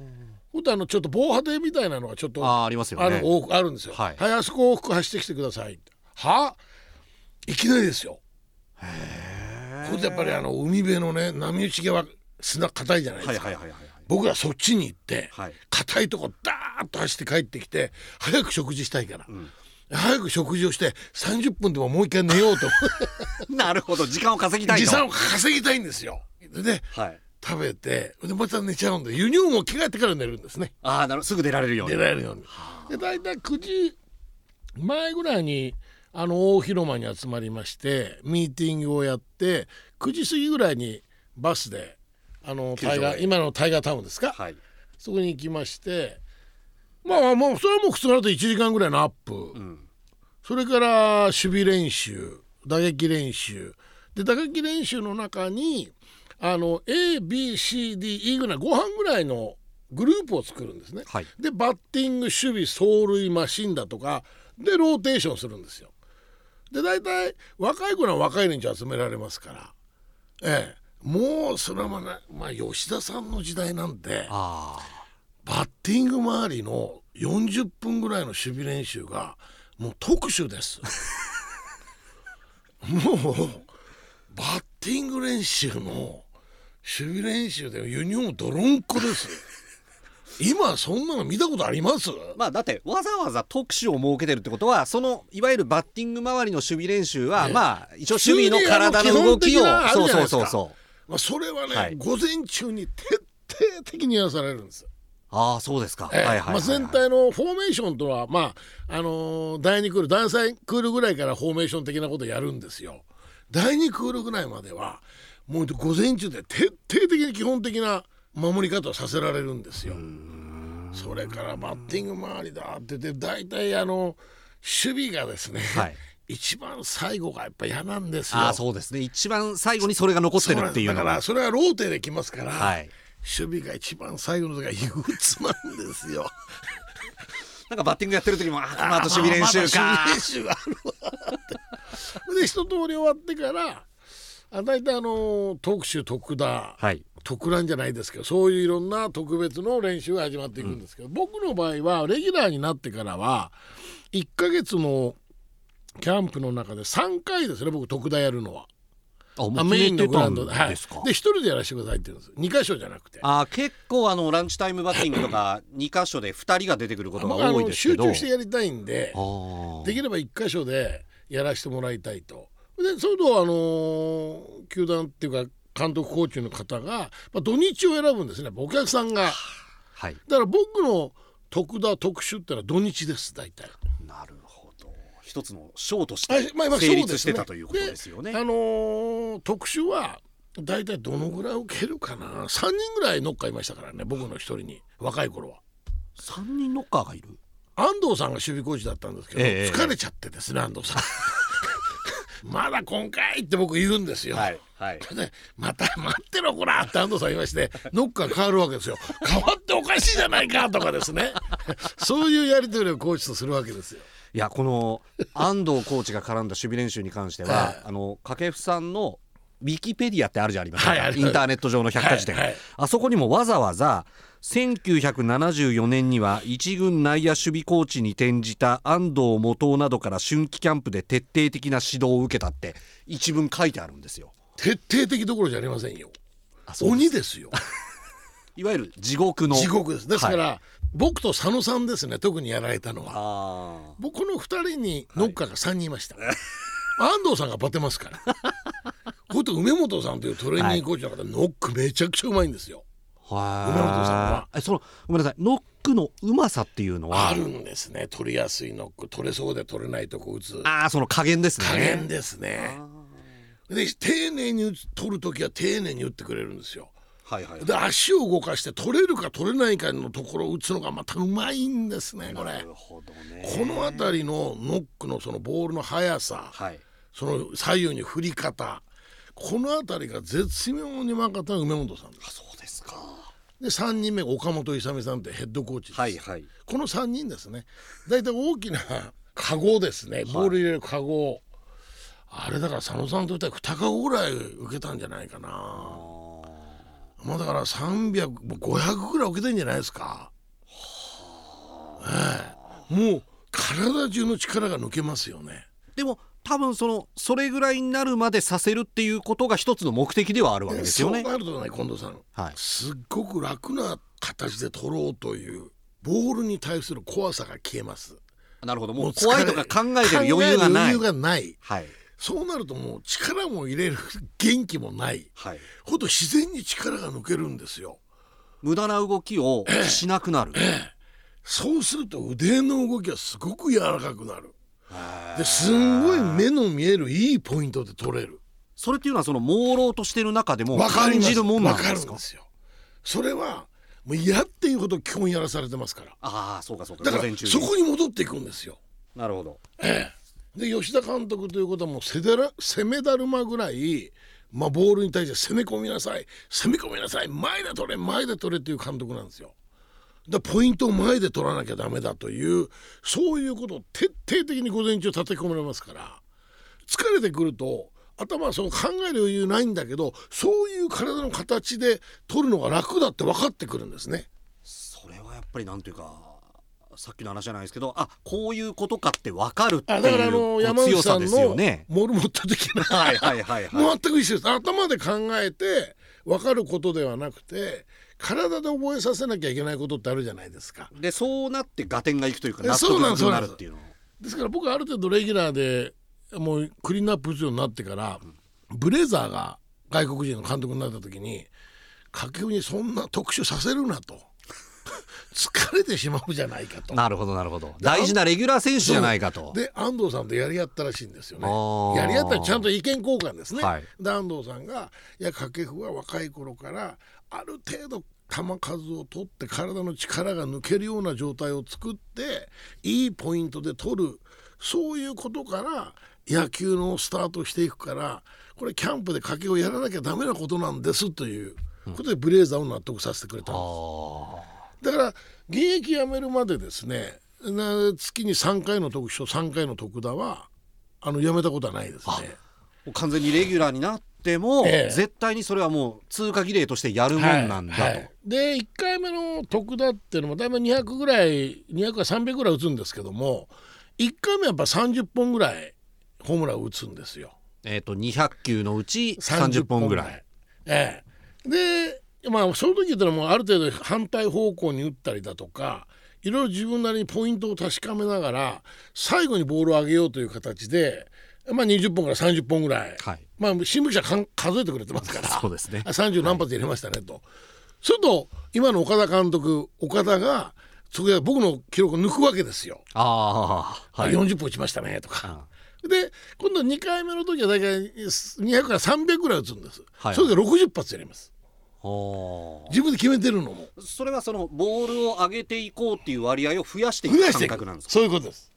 [SPEAKER 1] ー
[SPEAKER 2] んとあのちょっと防波堤みたいなのがちょっと
[SPEAKER 1] あーありますよ
[SPEAKER 2] あ
[SPEAKER 1] ね
[SPEAKER 2] る多くあるんですよ。
[SPEAKER 1] はい
[SPEAKER 2] あそこ往復走ってきてください。はいきなりですよ。これやっぱりあの海辺のね波打ち際砂硬いじゃないです
[SPEAKER 3] は
[SPEAKER 2] か。
[SPEAKER 3] いはいはいはい
[SPEAKER 2] 僕らそっちに行って
[SPEAKER 3] はい
[SPEAKER 2] 硬、い、とこダーッと走って帰ってきて早く食事したいから、
[SPEAKER 3] ん
[SPEAKER 2] 早く食事をして30分でももう一回寝よ うと思
[SPEAKER 1] なるほど時間を稼ぎた
[SPEAKER 2] う
[SPEAKER 1] い
[SPEAKER 2] 時
[SPEAKER 1] と
[SPEAKER 2] 間を稼ぎたいんですよ。で
[SPEAKER 3] はい
[SPEAKER 2] 食べてでまた寝ちゃうんでユニフォームを着替えてから寝るんですね
[SPEAKER 3] ああなるすぐ出られるよう
[SPEAKER 2] 寝
[SPEAKER 3] に
[SPEAKER 2] られるようにで大体9時前ぐらいにあの大広間に集まりましてミーティングをやって9時過ぎぐらいにバスであのタイガー今のタイガータウンですか、
[SPEAKER 3] はい
[SPEAKER 2] そこに行きましてまあもうそれはもう普通だと1時間ぐらいのアップ、
[SPEAKER 3] ん
[SPEAKER 2] それから守備練習打撃練習で打撃練習の中にあの ABCDE ぐらい5班ぐらいのグループを作るんですね、
[SPEAKER 1] はい
[SPEAKER 2] でバッティング守備走塁マシンだとかでローテーションするんですよで大体若い子らは若い連中集められますからええもうそれはまあね、まあ、吉田さんの時代なんて
[SPEAKER 1] あ
[SPEAKER 2] バッティング周りの40分ぐらいの守備練習がもう特殊です もうバッティング練習の守備練習でユニフォーム泥んこです今そんなの見たことあります
[SPEAKER 1] まあだってわざわざ特集を設けてるってことはそのいわゆるバッティング周りの守備練習は、
[SPEAKER 2] ね
[SPEAKER 1] まあ一応守備の体の動きを
[SPEAKER 2] 普通にあの基
[SPEAKER 1] そう
[SPEAKER 2] 本的
[SPEAKER 1] そう
[SPEAKER 2] なのあるじゃ
[SPEAKER 1] そ
[SPEAKER 2] な
[SPEAKER 1] う
[SPEAKER 2] いですか
[SPEAKER 1] そう
[SPEAKER 2] まあ、それはね、
[SPEAKER 1] はい
[SPEAKER 2] 午前中に徹底的にやらされるんです
[SPEAKER 1] ああそうですか、
[SPEAKER 2] ええ
[SPEAKER 1] はいはいはい、
[SPEAKER 2] まあ、全体のフォーメーションとは、まああのー第2クール第3クールぐらいからフォーメーション的なことやるんですよ。第2クールぐらいまではもう午前中で徹底的に基本的な守り方をさせられるんですよ。それからバッティング周りだってで大体あの守備がですね、
[SPEAKER 1] はい
[SPEAKER 2] 一番最後がやっぱ嫌なんですよ。
[SPEAKER 1] ああそうですね一番最後にそれが残ってるっていうのが
[SPEAKER 2] そうなんですだからそれはローテできますから、
[SPEAKER 1] はい
[SPEAKER 2] 守備が一番最後のとが憂鬱なんですよ。
[SPEAKER 1] なんかバッティングやってる時もあーこの後守備練習か
[SPEAKER 2] まだ守備練習があるわ ってで一通り終わってからあ大体あの特集特打、
[SPEAKER 1] はい
[SPEAKER 2] 特欄じゃないですけどそういういろんな特別の練習が始まっていくんですけど、僕の場合はレギュラーになってからは1ヶ月のキャンプの中で3回ですね僕特打やるのは。
[SPEAKER 1] あも
[SPEAKER 2] あ
[SPEAKER 1] う
[SPEAKER 2] メイ
[SPEAKER 1] 決
[SPEAKER 2] ン
[SPEAKER 1] めて
[SPEAKER 2] のグラ
[SPEAKER 1] た
[SPEAKER 2] ウン
[SPEAKER 1] ん
[SPEAKER 2] ドで,、はい、
[SPEAKER 1] ですか
[SPEAKER 2] で一人でやらせてくださいって言うんです2箇所じゃなくて。
[SPEAKER 1] あー結構あのランチタイムバッティングとか 2箇所で2人が出てくることが
[SPEAKER 2] 僕あ
[SPEAKER 1] 多い
[SPEAKER 2] の
[SPEAKER 1] ですけ
[SPEAKER 2] 集
[SPEAKER 1] ど
[SPEAKER 2] 中してやりたいんで
[SPEAKER 1] あー
[SPEAKER 2] できれば一箇所でやらせてもらいたいと。でそれとあのー球団っていうか監督コーチの方が、まあ、土日を選ぶんですねやっぱお客さんが
[SPEAKER 1] はい
[SPEAKER 2] だから僕の特打特殊ってのは土日です大体
[SPEAKER 1] なるほど一つの賞とし
[SPEAKER 2] あ
[SPEAKER 1] て
[SPEAKER 2] まあ今
[SPEAKER 1] 成
[SPEAKER 2] そうです
[SPEAKER 1] 立
[SPEAKER 2] ね
[SPEAKER 1] してたということですよね
[SPEAKER 2] あのー特殊は大体どのぐらい受けるかな3人ぐらい乗っかいましたからね僕の一人に若い頃は
[SPEAKER 1] 三人ノッカーがいる
[SPEAKER 2] 安藤さんが守備コーチだったんですけど、
[SPEAKER 1] ええ
[SPEAKER 2] 疲れちゃってですね安藤 さん まだ今回って僕言うんですよ、
[SPEAKER 1] はいはい
[SPEAKER 2] ね、また待ってろこらって安藤さん言いましてノッカー変わるわけですよ変わっておかしいじゃないかとかですねそういうやり取りをコーチとするわけですよ。
[SPEAKER 1] いやこの安藤コーチが絡んだ守備練習に関してはあの掛布さんのウィキペディアってあるじゃありませんか、
[SPEAKER 2] はいあ
[SPEAKER 1] イ
[SPEAKER 2] ります
[SPEAKER 1] ンターネット上の百科事典、
[SPEAKER 2] はいはい
[SPEAKER 1] あそこにもわざわざ1974年には一軍内野守備コーチに転じた安藤元雄などから春季キャンプで徹底的な指導を受けたって一文書いてあるんですよ。
[SPEAKER 2] 徹底的どころじゃありませんよ
[SPEAKER 1] あそう
[SPEAKER 2] 鬼ですよ
[SPEAKER 1] いわゆる地獄の
[SPEAKER 2] 地獄ですですから、
[SPEAKER 1] はい
[SPEAKER 2] 僕と佐野さんですね特にやられたのは
[SPEAKER 1] あー
[SPEAKER 2] 僕の2人にノッカーが3人いました、安藤さんがバテますからこと梅本さんというトレーニングコーチの方、ノックめちゃくちゃうまいんですよ
[SPEAKER 1] はい
[SPEAKER 2] 梅本さんは
[SPEAKER 1] えそのごめんなさいノックのうまさっていうのは
[SPEAKER 2] あるんですね取りやすいノック取れそうで取れないとこ打つ
[SPEAKER 1] あーその加減ですね
[SPEAKER 2] 加減ですねで丁寧に打つ取る時は丁寧に打ってくれるんですよ
[SPEAKER 1] はいはい
[SPEAKER 2] で足を動かして取れるか取れないかのところを打つのがまたうまいんですねこ
[SPEAKER 1] な
[SPEAKER 2] れ
[SPEAKER 1] るほどね
[SPEAKER 2] この辺りのノックのそのボールの速さ
[SPEAKER 1] はい
[SPEAKER 2] その左右に振り方この辺りが絶妙にうまかったのが梅本さんで
[SPEAKER 1] あ
[SPEAKER 2] す
[SPEAKER 1] そうですか
[SPEAKER 2] で3人目が岡本勇さんってヘッドコーチです、
[SPEAKER 1] はいはい
[SPEAKER 2] この3人ですね大体大きな カゴですねボール入れるカゴ、あれだから佐野さんといたら2カゴぐらい受けたんじゃないかなまあだから300500ぐらい受けてんじゃないですかええもう体中の力が抜けますよね
[SPEAKER 1] でも多分そのそれぐらいになるまでさせるっていうことが一つの目的ではあるわけですよね
[SPEAKER 2] そうなるとね近藤さん、
[SPEAKER 1] はい
[SPEAKER 2] すっごく楽な形で取ろうというボールに対する怖さが消えます
[SPEAKER 1] なるほど
[SPEAKER 2] も
[SPEAKER 1] も
[SPEAKER 2] う
[SPEAKER 1] う
[SPEAKER 2] 疲れ
[SPEAKER 1] 怖いとか考えてる余裕がない
[SPEAKER 2] 考える余裕がない
[SPEAKER 1] はい
[SPEAKER 2] そうなるともう力も入れる元気もない
[SPEAKER 1] はい
[SPEAKER 2] ほんと自然に力が抜けるんですよ
[SPEAKER 1] 無駄な動きをしなくな る
[SPEAKER 2] そうすると腕の動きがすごく柔らかくなる
[SPEAKER 1] へー
[SPEAKER 2] ですんごい目の見えるいいポイントで取れる
[SPEAKER 1] それっていうのはその朦朧としてる中でも
[SPEAKER 2] わか
[SPEAKER 1] 感
[SPEAKER 2] ります
[SPEAKER 1] じるもんなんで
[SPEAKER 2] わか
[SPEAKER 1] す
[SPEAKER 2] るん
[SPEAKER 1] か
[SPEAKER 2] ですよそれはもう嫌っていうほど基本やらされてますから
[SPEAKER 1] ああそうかそうか
[SPEAKER 2] だ
[SPEAKER 1] 午
[SPEAKER 2] から
[SPEAKER 1] 前中に
[SPEAKER 2] そこに戻っていくんですよ
[SPEAKER 1] なるほど
[SPEAKER 2] ええ、で吉田監督ということはもうせだら攻めだるまぐらい、まあ、ボールに対して攻め込みなさい攻め込みなさい前で取れ前で取れっていう監督なんですよ。だからポイントを前で取らなきゃダメだというそういうことを徹底的に午前中叩き込まれますから疲れてくると頭はその考える余裕ないんだけどそういう体の形で取るのが楽だって分かってくるんですね。
[SPEAKER 1] それはやっぱりなんていうかさっきの話じゃないですけどあこういうことかって分かるってい
[SPEAKER 2] あ
[SPEAKER 1] う
[SPEAKER 2] だからあ
[SPEAKER 1] こ
[SPEAKER 2] の
[SPEAKER 1] う
[SPEAKER 2] 山内
[SPEAKER 1] 強
[SPEAKER 2] さ
[SPEAKER 1] さ
[SPEAKER 2] ん
[SPEAKER 1] ですよ
[SPEAKER 2] の
[SPEAKER 1] ね。
[SPEAKER 2] モルモット的な
[SPEAKER 1] はいはいはいはい。
[SPEAKER 2] 全く一緒です頭で考えて分かることではなくて体で覚えさせなきゃいけないことってあるじゃないですか
[SPEAKER 1] でそうなって合点がいくというか
[SPEAKER 2] え
[SPEAKER 1] 納
[SPEAKER 2] そう
[SPEAKER 1] 得
[SPEAKER 2] なん
[SPEAKER 1] が
[SPEAKER 2] です
[SPEAKER 1] くなるっていうの
[SPEAKER 2] ですから僕はある程度レギュラーでもうクリーンアップ打つようになってからブレザーが外国人の監督になった時に掛布にそんな特集させるなと 疲れてしまうじゃないかと
[SPEAKER 1] なるほどなるほど大事なレギュラー選手じゃないかと。
[SPEAKER 2] で安藤さんとやり合ったらしいんですよ
[SPEAKER 1] あー
[SPEAKER 2] ねやり合ったらちゃんと意見交換ですね、
[SPEAKER 1] はい
[SPEAKER 2] で安藤さんがいや掛布は若い頃からある程度球数を取って体の力が抜けるような状態を作っていいポイントで取るそういうことから野球のスタートしていくからこれキャンプで掛布をやらなきゃダメなことなんですということでブレーザーを納得させてくれたんですだから現役辞めるまでですねな月に3回の特賞3回の特打はあの辞めたことはないですね。
[SPEAKER 1] もう完全にレギュラーになっても、
[SPEAKER 2] ええ
[SPEAKER 1] 絶対にそれはもう通過儀礼としてやるもんなんだと、
[SPEAKER 2] はいはいで1回目の特打っていうのもだいぶ200ぐらい200か300ぐらい打つんですけども1回目はやっぱ30本ぐらいホームランを打つんですよ。
[SPEAKER 1] えっ、と200球のうち30本ぐらい
[SPEAKER 2] ええ、でまあその時ってのはもうある程度反対方向に打ったりだとかいろいろ自分なりにポイントを確かめながら最後にボールを上げようという形で、まあ、20本から30本ぐらい、
[SPEAKER 1] はい
[SPEAKER 2] まあ、新聞記者かん数えてくれてますか ら
[SPEAKER 1] そうです ね
[SPEAKER 2] あ30何発入れましたねと。すると今の岡田監督岡田がそこで僕の記録を抜くわけですよ。
[SPEAKER 1] ああはい
[SPEAKER 2] 40本打ちましたねとか、で今度2回目の時は大体200から300ぐらい打つんです、
[SPEAKER 1] はい
[SPEAKER 2] それで60発やります
[SPEAKER 1] ほー
[SPEAKER 2] 自分で決めてるのも
[SPEAKER 1] それはそのボールを上げていこうっていう割合を増やしてい
[SPEAKER 2] 増や
[SPEAKER 1] く
[SPEAKER 2] し
[SPEAKER 1] 感
[SPEAKER 2] ていく
[SPEAKER 1] 覚なんですか
[SPEAKER 2] そういうことです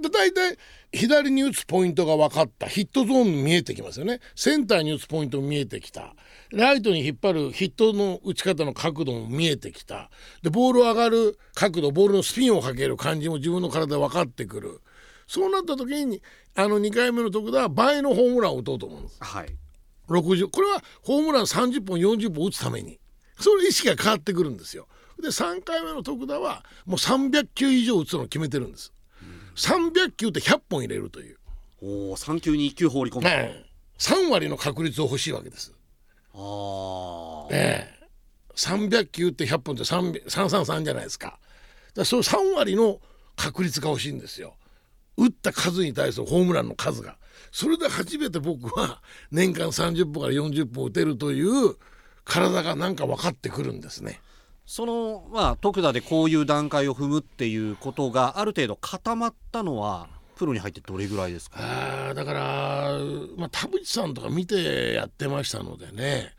[SPEAKER 2] で大体左に打つポイントが分かったヒットゾーン見えてきますよねセンターに打つポイント見えてきたライトに引っ張るヒットの打ち方の角度も見えてきたでボール上がる角度ボールのスピンをかける感じも自分の体で分かってくるそうなった時にあの2回目の特打は倍のホームランを打とうと思うんです
[SPEAKER 1] はい
[SPEAKER 2] 60これはホームラン30本40本打つためにそれ意識が変わってくるんですよで3回目の徳田はもう300球以上打つのを決めてるんです300球って100本入れるという、
[SPEAKER 1] おお3球に1球放り込む、
[SPEAKER 2] ねえ、3割の確率を欲しいわけです、
[SPEAKER 1] あー
[SPEAKER 2] ねえ、300球って100本って300 333じゃないですかだからその3割の確率が欲しいんですよ打った数に対するホームランの数がそれで初めて僕は年間30本から40本打てるという体がなんか分かってくるんですね
[SPEAKER 1] そのまあ徳田でこういう段階を踏むっていうことがある程度固まったのはプロに入ってどれぐらいですか
[SPEAKER 2] あーだから、まあ、田淵さんとか見てやってましたのでね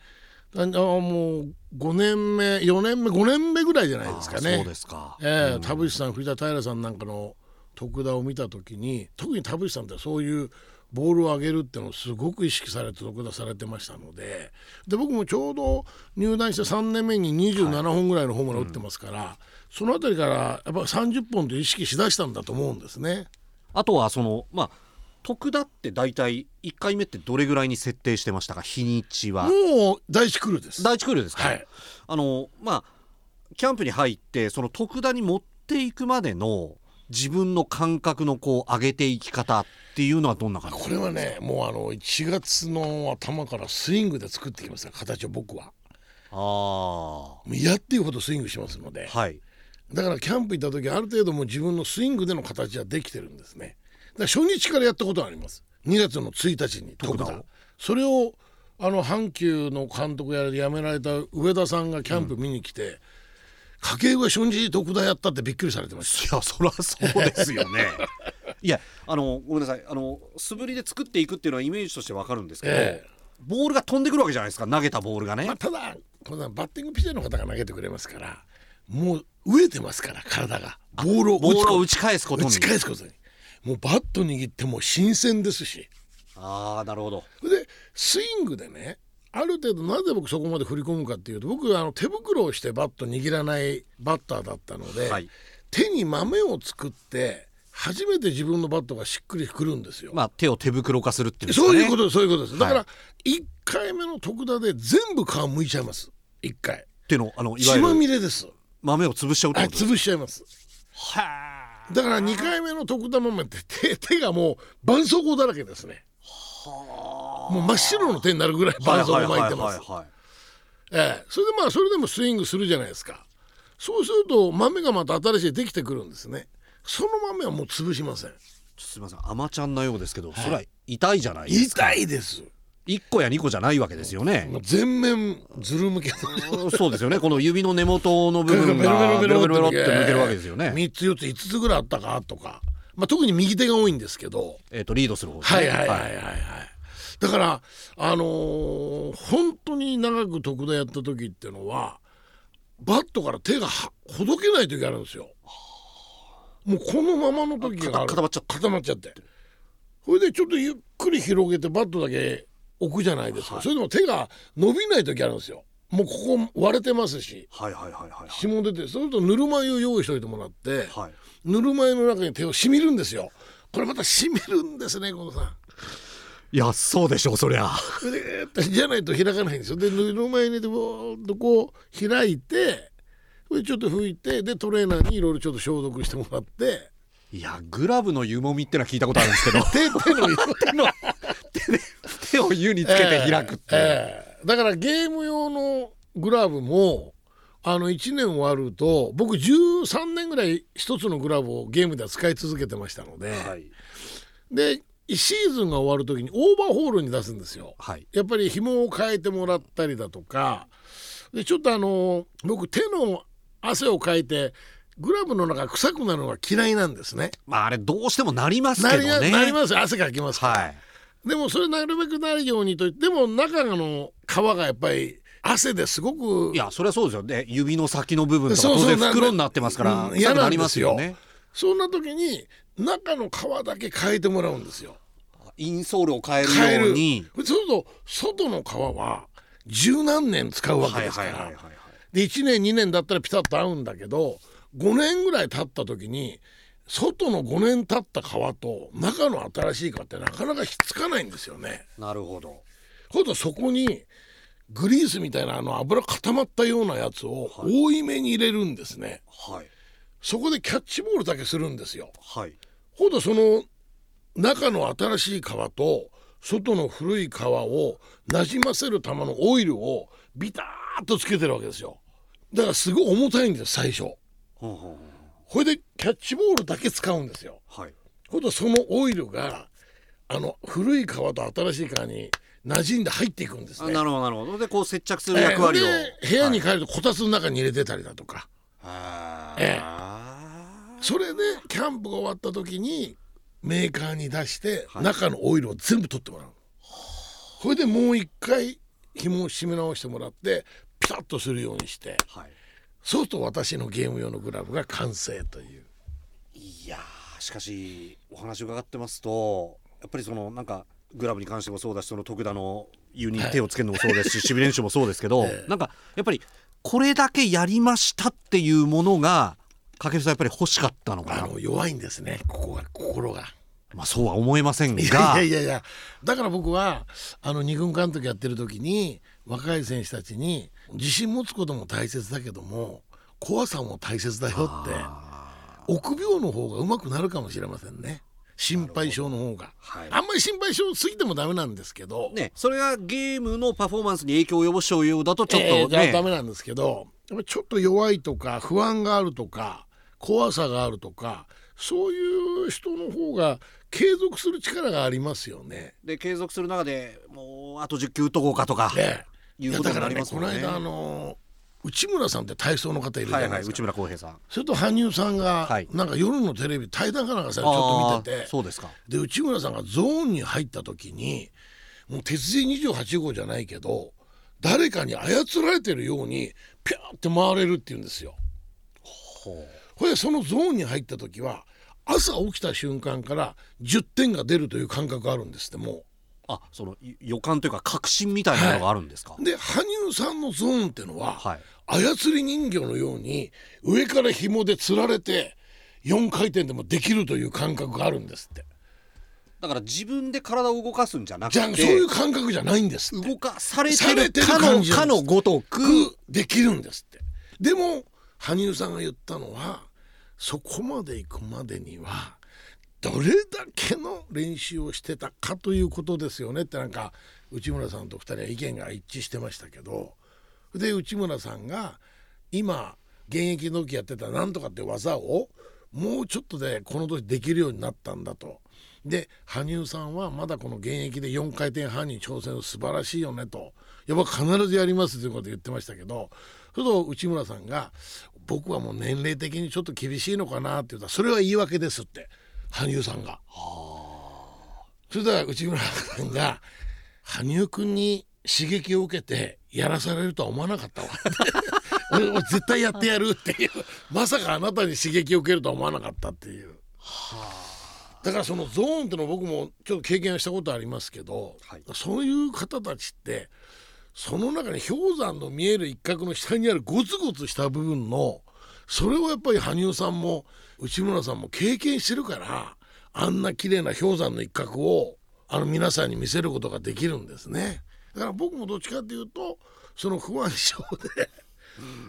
[SPEAKER 2] あのもう5年目4年目5年目ぐらいじゃないですか
[SPEAKER 1] あ
[SPEAKER 2] ね
[SPEAKER 1] ーそうですか、
[SPEAKER 2] ええ田淵さん藤田平さんなんかの徳田を見た時に特に田淵さんってそういうボールを上げるっていうのをすごく意識されて徳田されてましたのでで僕もちょうど入団して3年目に27本ぐらいのホームラン打ってますから、その辺りからやっぱ30本と意識しだしたんだと思うんですね。
[SPEAKER 1] あとはそのまあ徳田って大体1回目ってどれぐらいに設定してましたか日にちは
[SPEAKER 2] もう第一クールです。
[SPEAKER 1] 第一クールですか、
[SPEAKER 2] はい、
[SPEAKER 1] あのまあキャンプに入ってその徳田に持っていくまでの自分の感覚のこう上げていき方っていうのはどんな感じ
[SPEAKER 2] これはねもうあの1月の頭からスイングで作ってきました形を僕は。
[SPEAKER 1] あ
[SPEAKER 2] もうやっていうほどスイングしますので
[SPEAKER 1] あはい
[SPEAKER 2] だからキャンプ行った時ある程度もう自分のスイングでの形はできてるんですねだから初日からやったことはあります2月の1日に特
[SPEAKER 1] 特
[SPEAKER 2] 段
[SPEAKER 1] 段
[SPEAKER 2] それをあの阪急の監督やらで辞められた上田さんがキャンプ見に来て、家計が初日特段やったってびっくりされてました
[SPEAKER 1] いやそりゃそうですよね いやあのごめんなさいあの素振りで作っていくっていうのはイメージとしてわかるんですけど、
[SPEAKER 2] ええ
[SPEAKER 1] ボールが飛んでくるわけじゃないですか投げたボールがね、
[SPEAKER 2] まあ、ただこのバッティングピッチャーの方が投げてくれますからもう飢えてますから体がボールを
[SPEAKER 1] ボールを打
[SPEAKER 2] ち
[SPEAKER 1] ち返すこと
[SPEAKER 2] 打
[SPEAKER 1] に
[SPEAKER 2] ち返すことにもうバット握っても新鮮ですし
[SPEAKER 1] ああなるほど
[SPEAKER 2] でスイングでねある程度なぜ僕そこまで振り込むかっていうと僕あの手袋をしてバット握らないバッターだったので、
[SPEAKER 1] はい
[SPEAKER 2] 手に豆を作って初めて自分のバットがしっくりくるんですよ。
[SPEAKER 1] まあ、手を手袋化するっていうんですか
[SPEAKER 2] そ
[SPEAKER 1] ね
[SPEAKER 2] ういうことですそういうことです。だか
[SPEAKER 1] は
[SPEAKER 2] ら1回目の徳田で全部皮むいちゃいます1回。
[SPEAKER 1] っていうのをあのいわ
[SPEAKER 2] 血
[SPEAKER 1] ゆ
[SPEAKER 2] ま
[SPEAKER 1] る
[SPEAKER 2] みれです。
[SPEAKER 1] 豆を潰しちゃうって
[SPEAKER 2] あ
[SPEAKER 1] ことです
[SPEAKER 2] 潰しちゃいます。
[SPEAKER 1] は
[SPEAKER 2] だから2回目の徳田ママって手手がもう絆創膏だらけですね。もう真っ白の手になるぐらい
[SPEAKER 1] あ
[SPEAKER 2] 絆創膏巻いてま
[SPEAKER 1] はいはいは
[SPEAKER 2] す。
[SPEAKER 1] いはい
[SPEAKER 2] ええ、それでまあそれでもスイングするじゃないですかそうすると豆がまた新しいできてくるんですねその豆はもう潰しません
[SPEAKER 1] すみませんアマちゃんのようですけど、それは痛いじゃないですか
[SPEAKER 2] 痛いです
[SPEAKER 1] 一個や二個じゃないわけですよね
[SPEAKER 2] もう全面ずるむけの
[SPEAKER 1] そうですよねこの指の根元の部分がベロベロベロって抜けるわけですよね
[SPEAKER 2] 3つ4つ5つぐらいあったかとか、まあ、特に右手が多いんですけど
[SPEAKER 1] えっ、とリードする方ですね
[SPEAKER 2] はいはいはいはいはいだからあのー本当に長く特大やった時ってのはバットから手がはほどけない時あるんですよもうこのままの時が
[SPEAKER 1] あ
[SPEAKER 2] ある
[SPEAKER 1] 固まっちゃって
[SPEAKER 2] 固まっちゃってそれでちょっとゆっくり広げてバットだけ置くじゃないですか、それでも手が伸びない時あるんですよもうここ割れてますし
[SPEAKER 1] はいはいはいはい
[SPEAKER 2] 指紋出てそうするとぬるま湯を用意しといてもらって、
[SPEAKER 1] はい
[SPEAKER 2] ぬるま湯の中に手をしみるんですよこれまたしみるんですね近藤さん
[SPEAKER 1] いやそうでしょうそりゃ
[SPEAKER 2] でじゃないと開かないんですよで目の前にでぼーっとこう開いてそれでちょっと拭いてでトレーナーにいろいろちょっと消毒してもらって
[SPEAKER 1] いやグラブの湯もみってのは聞いたことあるんですけど
[SPEAKER 2] 手手の色
[SPEAKER 1] 手の手で手を湯につけて開くって、
[SPEAKER 2] ええだからゲーム用のグラブもあの1年終わると僕13年ぐらい一つのグラブをゲームでは使い続けてましたので、
[SPEAKER 1] はい
[SPEAKER 2] でシーズンが終わる時にオーバーホールに出すんですよ。
[SPEAKER 1] はい
[SPEAKER 2] やっぱり紐を変えてもらったりだとかでちょっとあの僕手の汗をかいてグラブの中臭くなるのが嫌いなんですね。
[SPEAKER 1] まああれどうしてもなります
[SPEAKER 2] な
[SPEAKER 1] け
[SPEAKER 2] り
[SPEAKER 1] どね
[SPEAKER 2] なります汗かきますから、
[SPEAKER 1] はい
[SPEAKER 2] でもそれなるべくなるようにとでも中の皮がやっぱり汗ですごく
[SPEAKER 1] いやそりゃそうですよね指の先の部分とか
[SPEAKER 2] そう
[SPEAKER 1] 当
[SPEAKER 2] そう
[SPEAKER 1] 然袋になってますから
[SPEAKER 2] うん
[SPEAKER 1] 痛
[SPEAKER 2] 嫌
[SPEAKER 1] くな
[SPEAKER 2] なん
[SPEAKER 1] り
[SPEAKER 2] で
[SPEAKER 1] ます
[SPEAKER 2] すよ
[SPEAKER 1] よね
[SPEAKER 2] そんな時に中の皮だけ変えてもらうんですよ。
[SPEAKER 1] インソールを変え
[SPEAKER 2] 変え
[SPEAKER 1] るよう
[SPEAKER 2] る
[SPEAKER 1] に
[SPEAKER 2] そうすると外の皮は十何年使うわけ
[SPEAKER 1] はい
[SPEAKER 2] ですか
[SPEAKER 1] はい
[SPEAKER 2] ら、
[SPEAKER 1] はいはいはい
[SPEAKER 2] で1年2年だったらピタッと合うんだけど5年ぐらい経った時に外の5年経った皮と中の新しい皮ってなかなかひっつかないんですよね。
[SPEAKER 1] なるほど
[SPEAKER 2] 今度そこにグリースみたいなあの油固まったようなやつを多いめに入れるんですね、
[SPEAKER 1] はい
[SPEAKER 2] そこでキャッチボールだけするんですよ
[SPEAKER 1] はい
[SPEAKER 2] 今度その中の新しい皮と外の古い皮をなじませる玉のオイルをビターッとつけてるわけですよだからすごい重たいんです最初
[SPEAKER 1] ほうほうほ
[SPEAKER 2] これでキャッチボールだけ使うんですよ。
[SPEAKER 1] うはい
[SPEAKER 2] 今度そのオイルがあの古い皮と新しい皮に馴染んで入っていくんです
[SPEAKER 1] あ
[SPEAKER 2] ね。
[SPEAKER 1] なるほどなるほどでこう接着する役割を、
[SPEAKER 2] ええで部屋に帰るとこたつの中に入れてたりだとか、
[SPEAKER 1] あー
[SPEAKER 2] えそれでキャンプが終わった時にメーカーに出して中のオイルを全部取ってもらう。これでもう一回紐を締め直してもらってピタッとするようにして
[SPEAKER 1] はい
[SPEAKER 2] そうすると私のゲーム用のグラブが完成という。
[SPEAKER 1] いやーしかしお話伺ってますとやっぱりそのなんかグラブに関してもそうだしその徳田の湯に手をつけるのもそうですし、守備練習もそうですけ ど、なんかやっぱりこれだけやりましたっていうものが掛布さんやっぱり欲しかったのか
[SPEAKER 2] あ
[SPEAKER 1] な
[SPEAKER 2] の弱いんですねここが心が。
[SPEAKER 1] まあそうは思えませんが
[SPEAKER 2] いやいやいやだから僕はあの二軍監督やってる時に若い選手たちに自信持つことも大切だけども怖さも大切だよって臆病の方がうまくなるかもしれませんね心配性の方が、
[SPEAKER 1] はい
[SPEAKER 2] あんまり心配性すぎてもダメなんですけど、
[SPEAKER 1] ね、それがゲームのパフォーマンスに影響を及ぼしようようだとちょっ
[SPEAKER 2] えー
[SPEAKER 1] と
[SPEAKER 2] じゃあ
[SPEAKER 1] ね、
[SPEAKER 2] ダメなんですけどやっぱりちょっと弱いとか不安があるとか怖さがあるとかそういう人の方が継続する力がありますよね。
[SPEAKER 1] で継続する中でもうあと10球打とこうかとか、
[SPEAKER 2] ね
[SPEAKER 1] いうことになりますもんね
[SPEAKER 2] いやだからねこの間あの内村さんって体操の方いるじゃ
[SPEAKER 1] は
[SPEAKER 2] ないい
[SPEAKER 1] はい
[SPEAKER 2] ですか、
[SPEAKER 1] 内村航平さん
[SPEAKER 2] それと羽生さんが、
[SPEAKER 1] はい
[SPEAKER 2] なんか夜のテレビ対談かなんかさちょ
[SPEAKER 1] あ
[SPEAKER 2] っ
[SPEAKER 1] ー
[SPEAKER 2] と見てて
[SPEAKER 1] そうですか
[SPEAKER 2] で内村さんがゾーンに入った時にもう鉄人28号じゃないけど誰かに操られてるようにピャーって回れるって言うんですよ。これでそのゾーンに入った時は朝起きた瞬間から10点が出るという感覚があるんですってもう。
[SPEAKER 1] あそのい予感というか確信みたいなのがあるんですか、
[SPEAKER 2] で羽生さんのゾーンってのは、
[SPEAKER 1] はい
[SPEAKER 2] 操り人形のように上から紐で吊られて4回転でもできるという感覚があるんですって
[SPEAKER 1] だから自分で体を動かすんじゃなく
[SPEAKER 2] じ
[SPEAKER 1] て
[SPEAKER 2] ゃあ、そういう感覚じゃないんですって
[SPEAKER 1] 動かされ
[SPEAKER 2] され
[SPEAKER 1] て
[SPEAKER 2] て
[SPEAKER 1] る
[SPEAKER 2] る
[SPEAKER 1] か
[SPEAKER 2] 感
[SPEAKER 1] の
[SPEAKER 2] じな
[SPEAKER 1] か
[SPEAKER 2] んです
[SPEAKER 1] のごとく
[SPEAKER 2] できるんですってでも羽生さんが言ったのはそこまで行くまでにはどれだけの練習をしてたかということですよねってなんか内村さんと2人は意見が一致してましたけどで内村さんが今現役の時やってたなんとかって技をもうちょっとでこの年できるようになったんだと。で羽生さんはまだこの現役で4回転半に挑戦を素晴らしいよねとやっぱ必ずやりますということを言ってましたけどそれと内村さんが「僕はもう年齢的にちょっと厳しいのかな」って言ったら「それは言い訳です」って羽生さんが。それでは内村さんが羽生君に刺激を受けてやらされるとは思わなかったわ俺俺絶対やってやるっていうまさかあなたに刺激を受けるとは思わなかったっていうだからそのゾーンってのは僕もちょっと経験したことありますけど、
[SPEAKER 1] はい
[SPEAKER 2] そういう方たちってその中に氷山の見える一角の下にあるゴツゴツした部分のそれをやっぱり羽生さんも内村さんも経験してるからあんな綺麗な氷山の一角をあの皆さんに見せることができるんですねだから僕もどっちかっていうとその不安症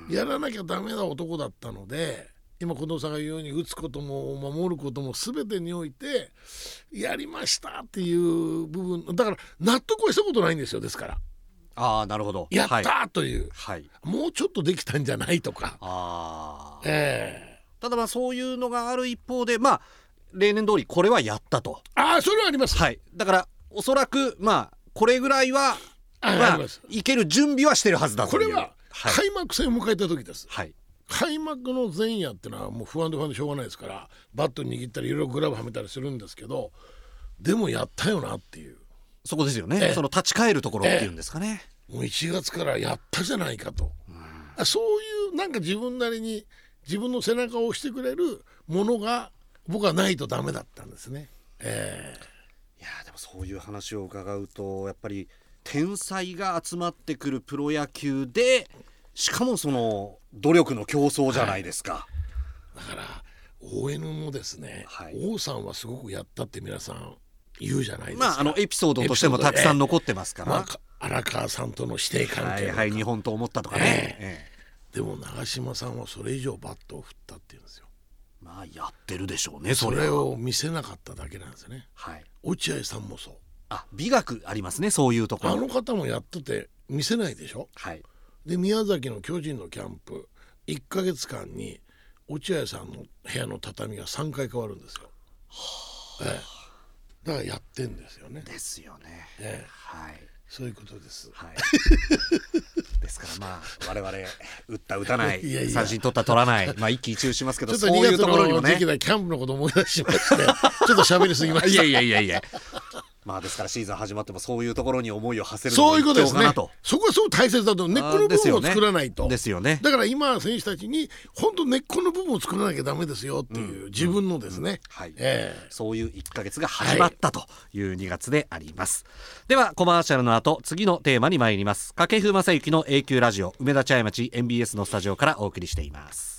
[SPEAKER 2] でやらなきゃダメな男だったので今近藤さんが言うように打つことも守ることも全てにおいてやりましたっていう部分だから納得はしたことないんですよですから
[SPEAKER 1] ああなるほど
[SPEAKER 2] やった
[SPEAKER 1] はい、
[SPEAKER 2] ーという、
[SPEAKER 1] はい、
[SPEAKER 2] もうちょっとできたんじゃないとか、
[SPEAKER 1] あー
[SPEAKER 2] ええ
[SPEAKER 1] ただまあそういうのがある一方でまあ例年通りこれはやったと
[SPEAKER 2] ああそれはあります
[SPEAKER 1] はいだからおそらくまあこれぐらいは
[SPEAKER 2] ああ
[SPEAKER 1] ま
[SPEAKER 2] り
[SPEAKER 1] あ
[SPEAKER 2] ます
[SPEAKER 1] いける準備はしてるはずだと
[SPEAKER 2] こ
[SPEAKER 1] いう
[SPEAKER 2] れは
[SPEAKER 1] はい、
[SPEAKER 2] 開幕戦を迎えた時です
[SPEAKER 1] はい、
[SPEAKER 2] 開幕の前夜ってのはもう不安で不安でしょうがないですからバット握ったりいろいろグラブはめたりするんですけどでもやったよなっていう
[SPEAKER 1] そこですよ
[SPEAKER 2] え
[SPEAKER 1] ね
[SPEAKER 2] え
[SPEAKER 1] その立ち返るところっていうんですかね、
[SPEAKER 2] もう1月からやったじゃないかと、あそういうなんか自分なりに自分の背中を押してくれるものが僕はないとダメだったんですね。ええ
[SPEAKER 1] いやーでもそういう話を伺うとやっぱり天才が集まってくるプロ野球でしかもその努力の競争じゃないですか、
[SPEAKER 2] だから応援もですね、
[SPEAKER 1] はい
[SPEAKER 2] 王さんはすごくやったって皆さん言うじゃないですか。
[SPEAKER 1] まああのエピソードとしてもたくさん残ってますから、
[SPEAKER 2] まあか荒川さんとの指定関
[SPEAKER 1] はい
[SPEAKER 2] 係の
[SPEAKER 1] はい日本と思ったとかね、
[SPEAKER 2] え
[SPEAKER 1] ええ
[SPEAKER 2] でも長嶋さんはそれ以上バットを振ったっていうんですよ。
[SPEAKER 1] まあやってるでしょうねそ
[SPEAKER 2] そ
[SPEAKER 1] れ
[SPEAKER 2] れ
[SPEAKER 1] は
[SPEAKER 2] を見せなかっただけなんですよね。
[SPEAKER 1] はい
[SPEAKER 2] 落合さんもそう。
[SPEAKER 1] あ美学ありますねそういうとこ
[SPEAKER 2] あ
[SPEAKER 1] ろ
[SPEAKER 2] の方もやってて見せないでしょ。
[SPEAKER 1] はい
[SPEAKER 2] で宮崎の巨人のキャンプ1ヶ月間に落合さんの部屋の畳が3回変わるんですよ。ええ、だからやってんですよね。
[SPEAKER 1] ですよね、
[SPEAKER 2] ええ
[SPEAKER 1] はい
[SPEAKER 2] そういうことです。
[SPEAKER 1] はいですからまあ我々打った打たない
[SPEAKER 2] いやいや
[SPEAKER 1] 三振取った取らないまあ一喜一憂しますけ
[SPEAKER 2] ちょ
[SPEAKER 1] ど
[SPEAKER 2] っと
[SPEAKER 1] そう
[SPEAKER 2] 2
[SPEAKER 1] い
[SPEAKER 2] 月
[SPEAKER 1] うところにも
[SPEAKER 2] の
[SPEAKER 1] ね
[SPEAKER 2] 時期だキャンプのこと思い出し ましてちょっと喋りすぎま
[SPEAKER 1] い
[SPEAKER 2] し
[SPEAKER 1] や
[SPEAKER 2] た。
[SPEAKER 1] いやいやいや。 まあですからシーズン始まってもそういうところに思いを馳せるの
[SPEAKER 2] そ
[SPEAKER 1] も
[SPEAKER 2] ういう
[SPEAKER 1] 一
[SPEAKER 2] ことで
[SPEAKER 1] 興
[SPEAKER 2] す
[SPEAKER 1] かな
[SPEAKER 2] ね
[SPEAKER 1] と。。
[SPEAKER 2] そこはすごく大切だと根っこの部分を作らないと。
[SPEAKER 1] ですよね。
[SPEAKER 2] だから今選手たちに本当根っこの部分を作らなきゃダメですよっていう自分のですね。
[SPEAKER 1] はい。
[SPEAKER 2] ええ
[SPEAKER 1] そういう1ヶ月が始まったという2月であります。ではコマーシャルの後、次のテーマに参ります。掛布正幸の A 級ラジオ、梅田茶屋町 MBS のスタジオからお送りしています。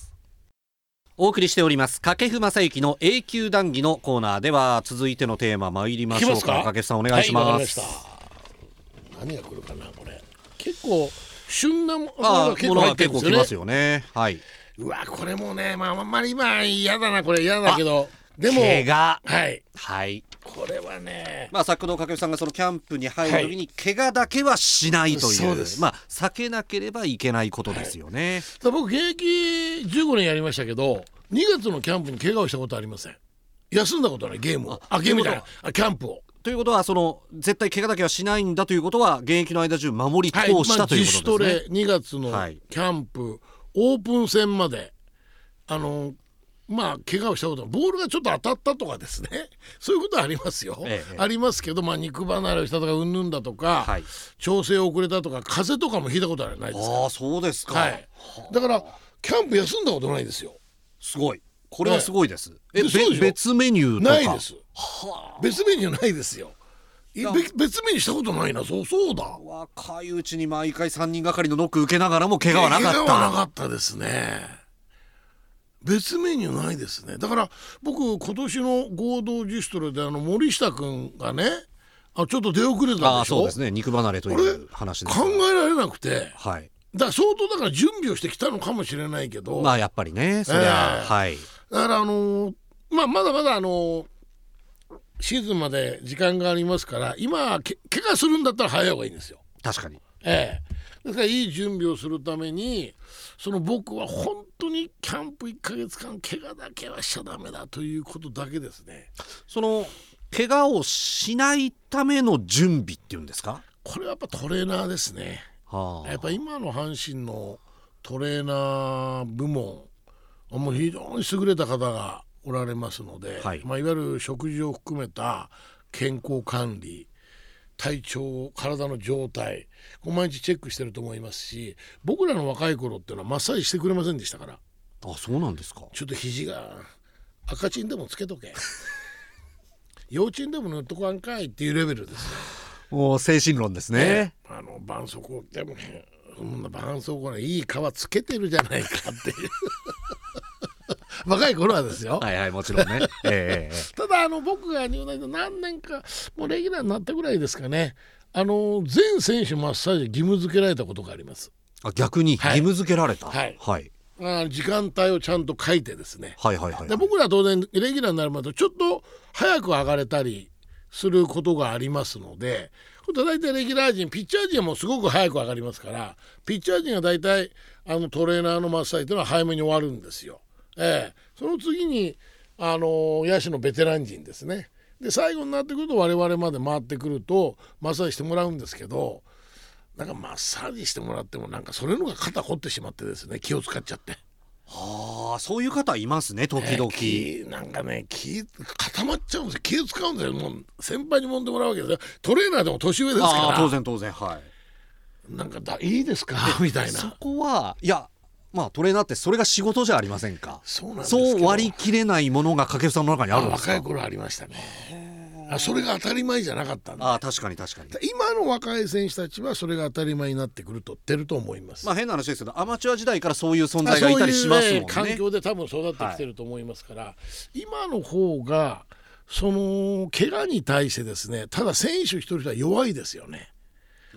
[SPEAKER 1] お送りしております掛布正幸の A 級談義のコーナーでは続いてのテーマ参りましょう
[SPEAKER 2] いきます
[SPEAKER 1] か
[SPEAKER 2] か
[SPEAKER 1] 掛布さんお願いし
[SPEAKER 2] はいわか
[SPEAKER 1] ま
[SPEAKER 2] り
[SPEAKER 1] す、
[SPEAKER 2] した何が来るかなこれ。結構旬なもの
[SPEAKER 1] あ
[SPEAKER 2] が
[SPEAKER 1] あ
[SPEAKER 2] 結
[SPEAKER 1] も
[SPEAKER 2] 構
[SPEAKER 1] の
[SPEAKER 2] 入
[SPEAKER 1] が
[SPEAKER 2] って
[SPEAKER 1] 結
[SPEAKER 2] るんで
[SPEAKER 1] 構
[SPEAKER 2] す
[SPEAKER 1] き
[SPEAKER 2] よ
[SPEAKER 1] ま
[SPEAKER 2] ね
[SPEAKER 1] す。よねはい。
[SPEAKER 2] うわこれもねまああんまり今嫌だなこれ嫌だけどでも
[SPEAKER 1] 怪我
[SPEAKER 2] はい
[SPEAKER 1] はい
[SPEAKER 2] これはね
[SPEAKER 1] まあ、作の掛布さんがそのキャンプに入る時に怪我だけはしないという,、
[SPEAKER 2] そうです
[SPEAKER 1] まあ、避けなければいけないことですよね。
[SPEAKER 2] 僕現役15年やりましたけど2月のキャンプに怪我をしたことありません休んだことはないゲームをあゲームじゃないあキャンプを
[SPEAKER 1] ということはその絶対怪我だけはしないんだということは現役の間中守り通したという
[SPEAKER 2] 自主
[SPEAKER 1] こと
[SPEAKER 2] ト
[SPEAKER 1] ですね。
[SPEAKER 2] レ2月の
[SPEAKER 1] はい
[SPEAKER 2] キャンプ、オープン戦まであのまあ怪我をしたことボールがちょっと当たったとかですね そういうことはありますよ、
[SPEAKER 1] ええ
[SPEAKER 2] ありますけど、まあ、肉離れをしたとかうんぬんだとか、
[SPEAKER 1] はい
[SPEAKER 2] 調整遅れたとか風邪とかもひいたことはないです
[SPEAKER 1] ああそうですか、
[SPEAKER 2] はい、だからキャンプ休んだことないですよ
[SPEAKER 1] すごいこれはすごいです。え
[SPEAKER 2] でそうでし
[SPEAKER 1] べ
[SPEAKER 2] ょ
[SPEAKER 1] 別メニューとか
[SPEAKER 2] ないです別メニューないですよいべ別名にしたことないなそうそうだ
[SPEAKER 1] 若いうちに毎回3人がかりのノック受けながらも怪我はなか
[SPEAKER 2] 怪
[SPEAKER 1] っ
[SPEAKER 2] 我は
[SPEAKER 1] た
[SPEAKER 2] なかったですね別メニューないですねだから僕今年の合同自主トレであの森下君がねあちょっと出遅れた
[SPEAKER 1] あ
[SPEAKER 2] で
[SPEAKER 1] あ
[SPEAKER 2] し
[SPEAKER 1] そう
[SPEAKER 2] ょ
[SPEAKER 1] ですね肉離れという話です
[SPEAKER 2] 考えられなくて
[SPEAKER 1] はい
[SPEAKER 2] だから相当だから準備をしてきたのかもしれないけど、
[SPEAKER 1] まあやっぱりねそりゃ、
[SPEAKER 2] ええ
[SPEAKER 1] はい
[SPEAKER 2] だからあのーまあまだまだあのーシーズンまで時間がありますから今け怪我するんだったら早い方がいいんですよ。
[SPEAKER 1] 確かに
[SPEAKER 2] ええ、ですからいい準備をするためにその僕は本当にキャンプ1ヶ月間怪我だけはしちゃダメだということだけですね
[SPEAKER 1] その怪我をしないための準備っていうんですか、
[SPEAKER 2] これはやっぱトレーナーですね
[SPEAKER 1] はあ
[SPEAKER 2] やっぱ今の阪神のトレーナー部門はもう非常に優れた方がおられますので、
[SPEAKER 1] はい
[SPEAKER 2] まあ、いわゆる食事を含めた健康管理体調体の状態こう毎日チェックしてると思いますし僕らの若い頃っていうのはマッサージしてくれませんでしたから
[SPEAKER 1] あそうなんですか
[SPEAKER 2] ちょっと肘が赤チンでもつけとけ幼稚園でも塗っとこあんかいっていうレベルですよ
[SPEAKER 1] もう精神論ですね
[SPEAKER 2] あの絆創膏でもねそんな絆創膏ねいい皮つけてるじゃないかっていう若い頃はですよ、
[SPEAKER 1] はいはいもちろん ねえええ
[SPEAKER 2] ただあの僕が入団で何年かもうレギュラーになったぐらいですかねあの全選手マッサージ義務付けられたことがあります
[SPEAKER 1] えあ逆に義
[SPEAKER 2] はい
[SPEAKER 1] 務付けられた、
[SPEAKER 2] はい
[SPEAKER 1] はい、
[SPEAKER 2] あ時間帯をちゃんと書いてですね
[SPEAKER 1] はいはいはい
[SPEAKER 2] で僕らは当然レギュラーになるまでちょっと早く上がれたりすることがありますのでほんと大体レギュラー陣ピッチャー陣はもうすごく早く上がりますからピッチャー陣は大体あのトレーナーのマッサージというのは早めに終わるんですよ。ええ、その次にあの野手のベテラン陣ですね。で最後になってくると我々まで回ってくるとマッサージしてもらうんですけどなんかマッサージしてもらってもなんかそれの方が肩凝ってしまってですね気を使っちゃって。
[SPEAKER 1] ああそういう方いますね時々、
[SPEAKER 2] 気なんかね気固まっちゃうんですよ気を使うんですよもう先輩に揉んでもらうわけですよトレーナーでも年上です
[SPEAKER 1] ああ当
[SPEAKER 2] か
[SPEAKER 1] 然当然はい
[SPEAKER 2] らなんかだいいですかみたい
[SPEAKER 1] そ
[SPEAKER 2] な
[SPEAKER 1] こはいやまあトレーナーってそれが仕事じゃありませんか
[SPEAKER 2] そうなんですけど
[SPEAKER 1] そう割り切れないものが掛布さんの中にあるんですか
[SPEAKER 2] 若い頃ありましたねあそれが当たり前じゃなかったんだ
[SPEAKER 1] ああ確かに確かに
[SPEAKER 2] 今の若い選手たちはそれが当たり前になってくるとってると思います、
[SPEAKER 1] まあ変な話ですけどアマチュア時代からそういう存
[SPEAKER 2] あ
[SPEAKER 1] 在がいたりしますもんね
[SPEAKER 2] そういう、ね、環境で多分育ってきてると思いますから、今の方がその怪我に対してですねただ選手一人一人は弱いですよね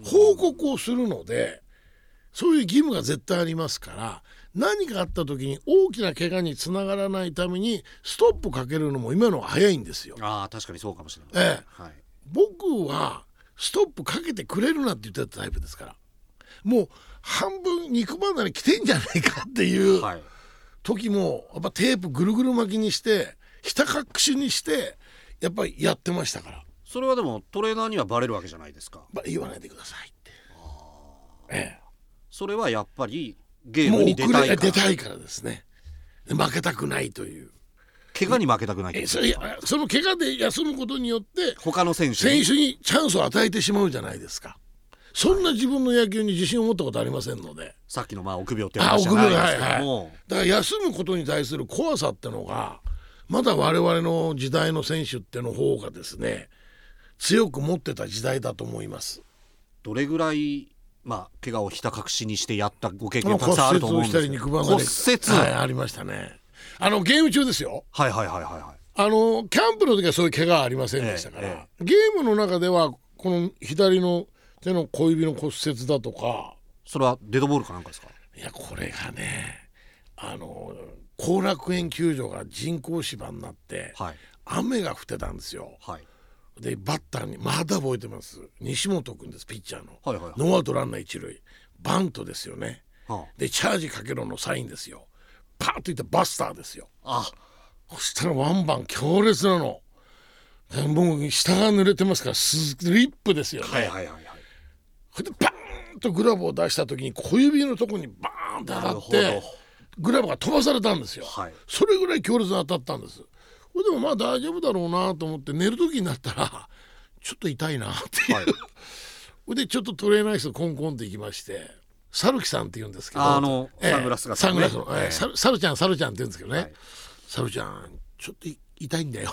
[SPEAKER 2] 報告をするのでそういう義務が絶対ありますから何かあった時に大きな怪我につながらないためにストップかけるのも今のは早いんですよ。
[SPEAKER 1] ああ確かにそうかもしれない、
[SPEAKER 2] ええ、
[SPEAKER 1] はい、
[SPEAKER 2] 僕はストップかけてくれるなって言ってたタイプですからもう半分肉離れ来てんじゃないかっていう。
[SPEAKER 1] はい、
[SPEAKER 2] 時もやっぱテープぐるぐる巻きにしてひた隠しにしてやっぱりやってましたから
[SPEAKER 1] それはでもトレーナーにはバレるわけじゃないですか
[SPEAKER 2] ば言わないでくださいって。え
[SPEAKER 1] それはやっぱりゲ
[SPEAKER 2] え、
[SPEAKER 1] ー
[SPEAKER 2] もう
[SPEAKER 1] ムに
[SPEAKER 2] 遅
[SPEAKER 1] 出たい
[SPEAKER 2] れ
[SPEAKER 1] か
[SPEAKER 2] 出
[SPEAKER 1] ら
[SPEAKER 2] たいからですねで負けたくないという
[SPEAKER 1] 怪我に負けたくない
[SPEAKER 2] えそれいやその怪我で休むことによって
[SPEAKER 1] 他の選手
[SPEAKER 2] 選
[SPEAKER 1] に
[SPEAKER 2] 手にチャンスを与えてしまうじゃないですかそんな自分の野球に自信を持ったことありませんので
[SPEAKER 1] さっきのまあ臆病って
[SPEAKER 2] あ
[SPEAKER 1] 話じゃ
[SPEAKER 2] 臆
[SPEAKER 1] ない
[SPEAKER 2] 病
[SPEAKER 1] で
[SPEAKER 2] は
[SPEAKER 1] す
[SPEAKER 2] い
[SPEAKER 1] け
[SPEAKER 2] は
[SPEAKER 1] ども、
[SPEAKER 2] いだから休むことに対する怖さってのがまだ我々の時代の選手っての方がですね強く持ってた時代だと思います。
[SPEAKER 1] どれぐらいまあ怪我をひた隠しにしてやったご経験
[SPEAKER 2] まあ
[SPEAKER 1] たく
[SPEAKER 2] 骨
[SPEAKER 1] さんあると
[SPEAKER 2] 折
[SPEAKER 1] 思うん
[SPEAKER 2] を
[SPEAKER 1] で
[SPEAKER 2] し
[SPEAKER 1] す
[SPEAKER 2] た
[SPEAKER 1] け
[SPEAKER 2] り
[SPEAKER 1] ど
[SPEAKER 2] 肉離れ
[SPEAKER 1] 骨
[SPEAKER 2] は
[SPEAKER 1] 折
[SPEAKER 2] いありましたね。あのゲーム中ですよ。
[SPEAKER 1] はいはいはいはいはい
[SPEAKER 2] あのキャンプの時はそういう怪我はありませんでしたから、
[SPEAKER 1] え
[SPEAKER 2] ゲームの中ではこの左の手の小指の骨折だとか
[SPEAKER 1] それはデッドボールかなんかですか
[SPEAKER 2] いやこれがねあの後楽園球場が人工芝になって、
[SPEAKER 1] はい
[SPEAKER 2] 雨が降ってたんですよ
[SPEAKER 1] はい
[SPEAKER 2] でバッターにまだ覚えてます西本君ですピッチャーの、
[SPEAKER 1] はいはいはい
[SPEAKER 2] ノーアウトランナー一塁バントですよね
[SPEAKER 1] は
[SPEAKER 2] でチャージかけろのサインですよパーッといったバスターですよ
[SPEAKER 1] あ
[SPEAKER 2] そしたらワンバン強烈なのでもう下が濡れてますからスリップですよね、
[SPEAKER 1] はいはいはいはい
[SPEAKER 2] それでバーンとグラブを出した時に小指のとこにバーンと当
[SPEAKER 1] な
[SPEAKER 2] た
[SPEAKER 1] る
[SPEAKER 2] って
[SPEAKER 1] ほ
[SPEAKER 2] グラブが飛ばされたんですよ、
[SPEAKER 1] はい
[SPEAKER 2] それぐらい強烈に当たったんですこれでもまあ大丈夫だろうなと思って寝る時になったらちょっと痛いなっていう、
[SPEAKER 1] はい
[SPEAKER 2] それでちょっとトレーナー室コンコンって行きましてサルキさんって言うんですけど
[SPEAKER 1] あのサングラスが
[SPEAKER 2] サングラスの、
[SPEAKER 1] ね
[SPEAKER 2] ええサルサルちゃんサルちゃんって言うんですけどね、
[SPEAKER 1] い
[SPEAKER 2] サルちゃんちょっとい痛いんだよ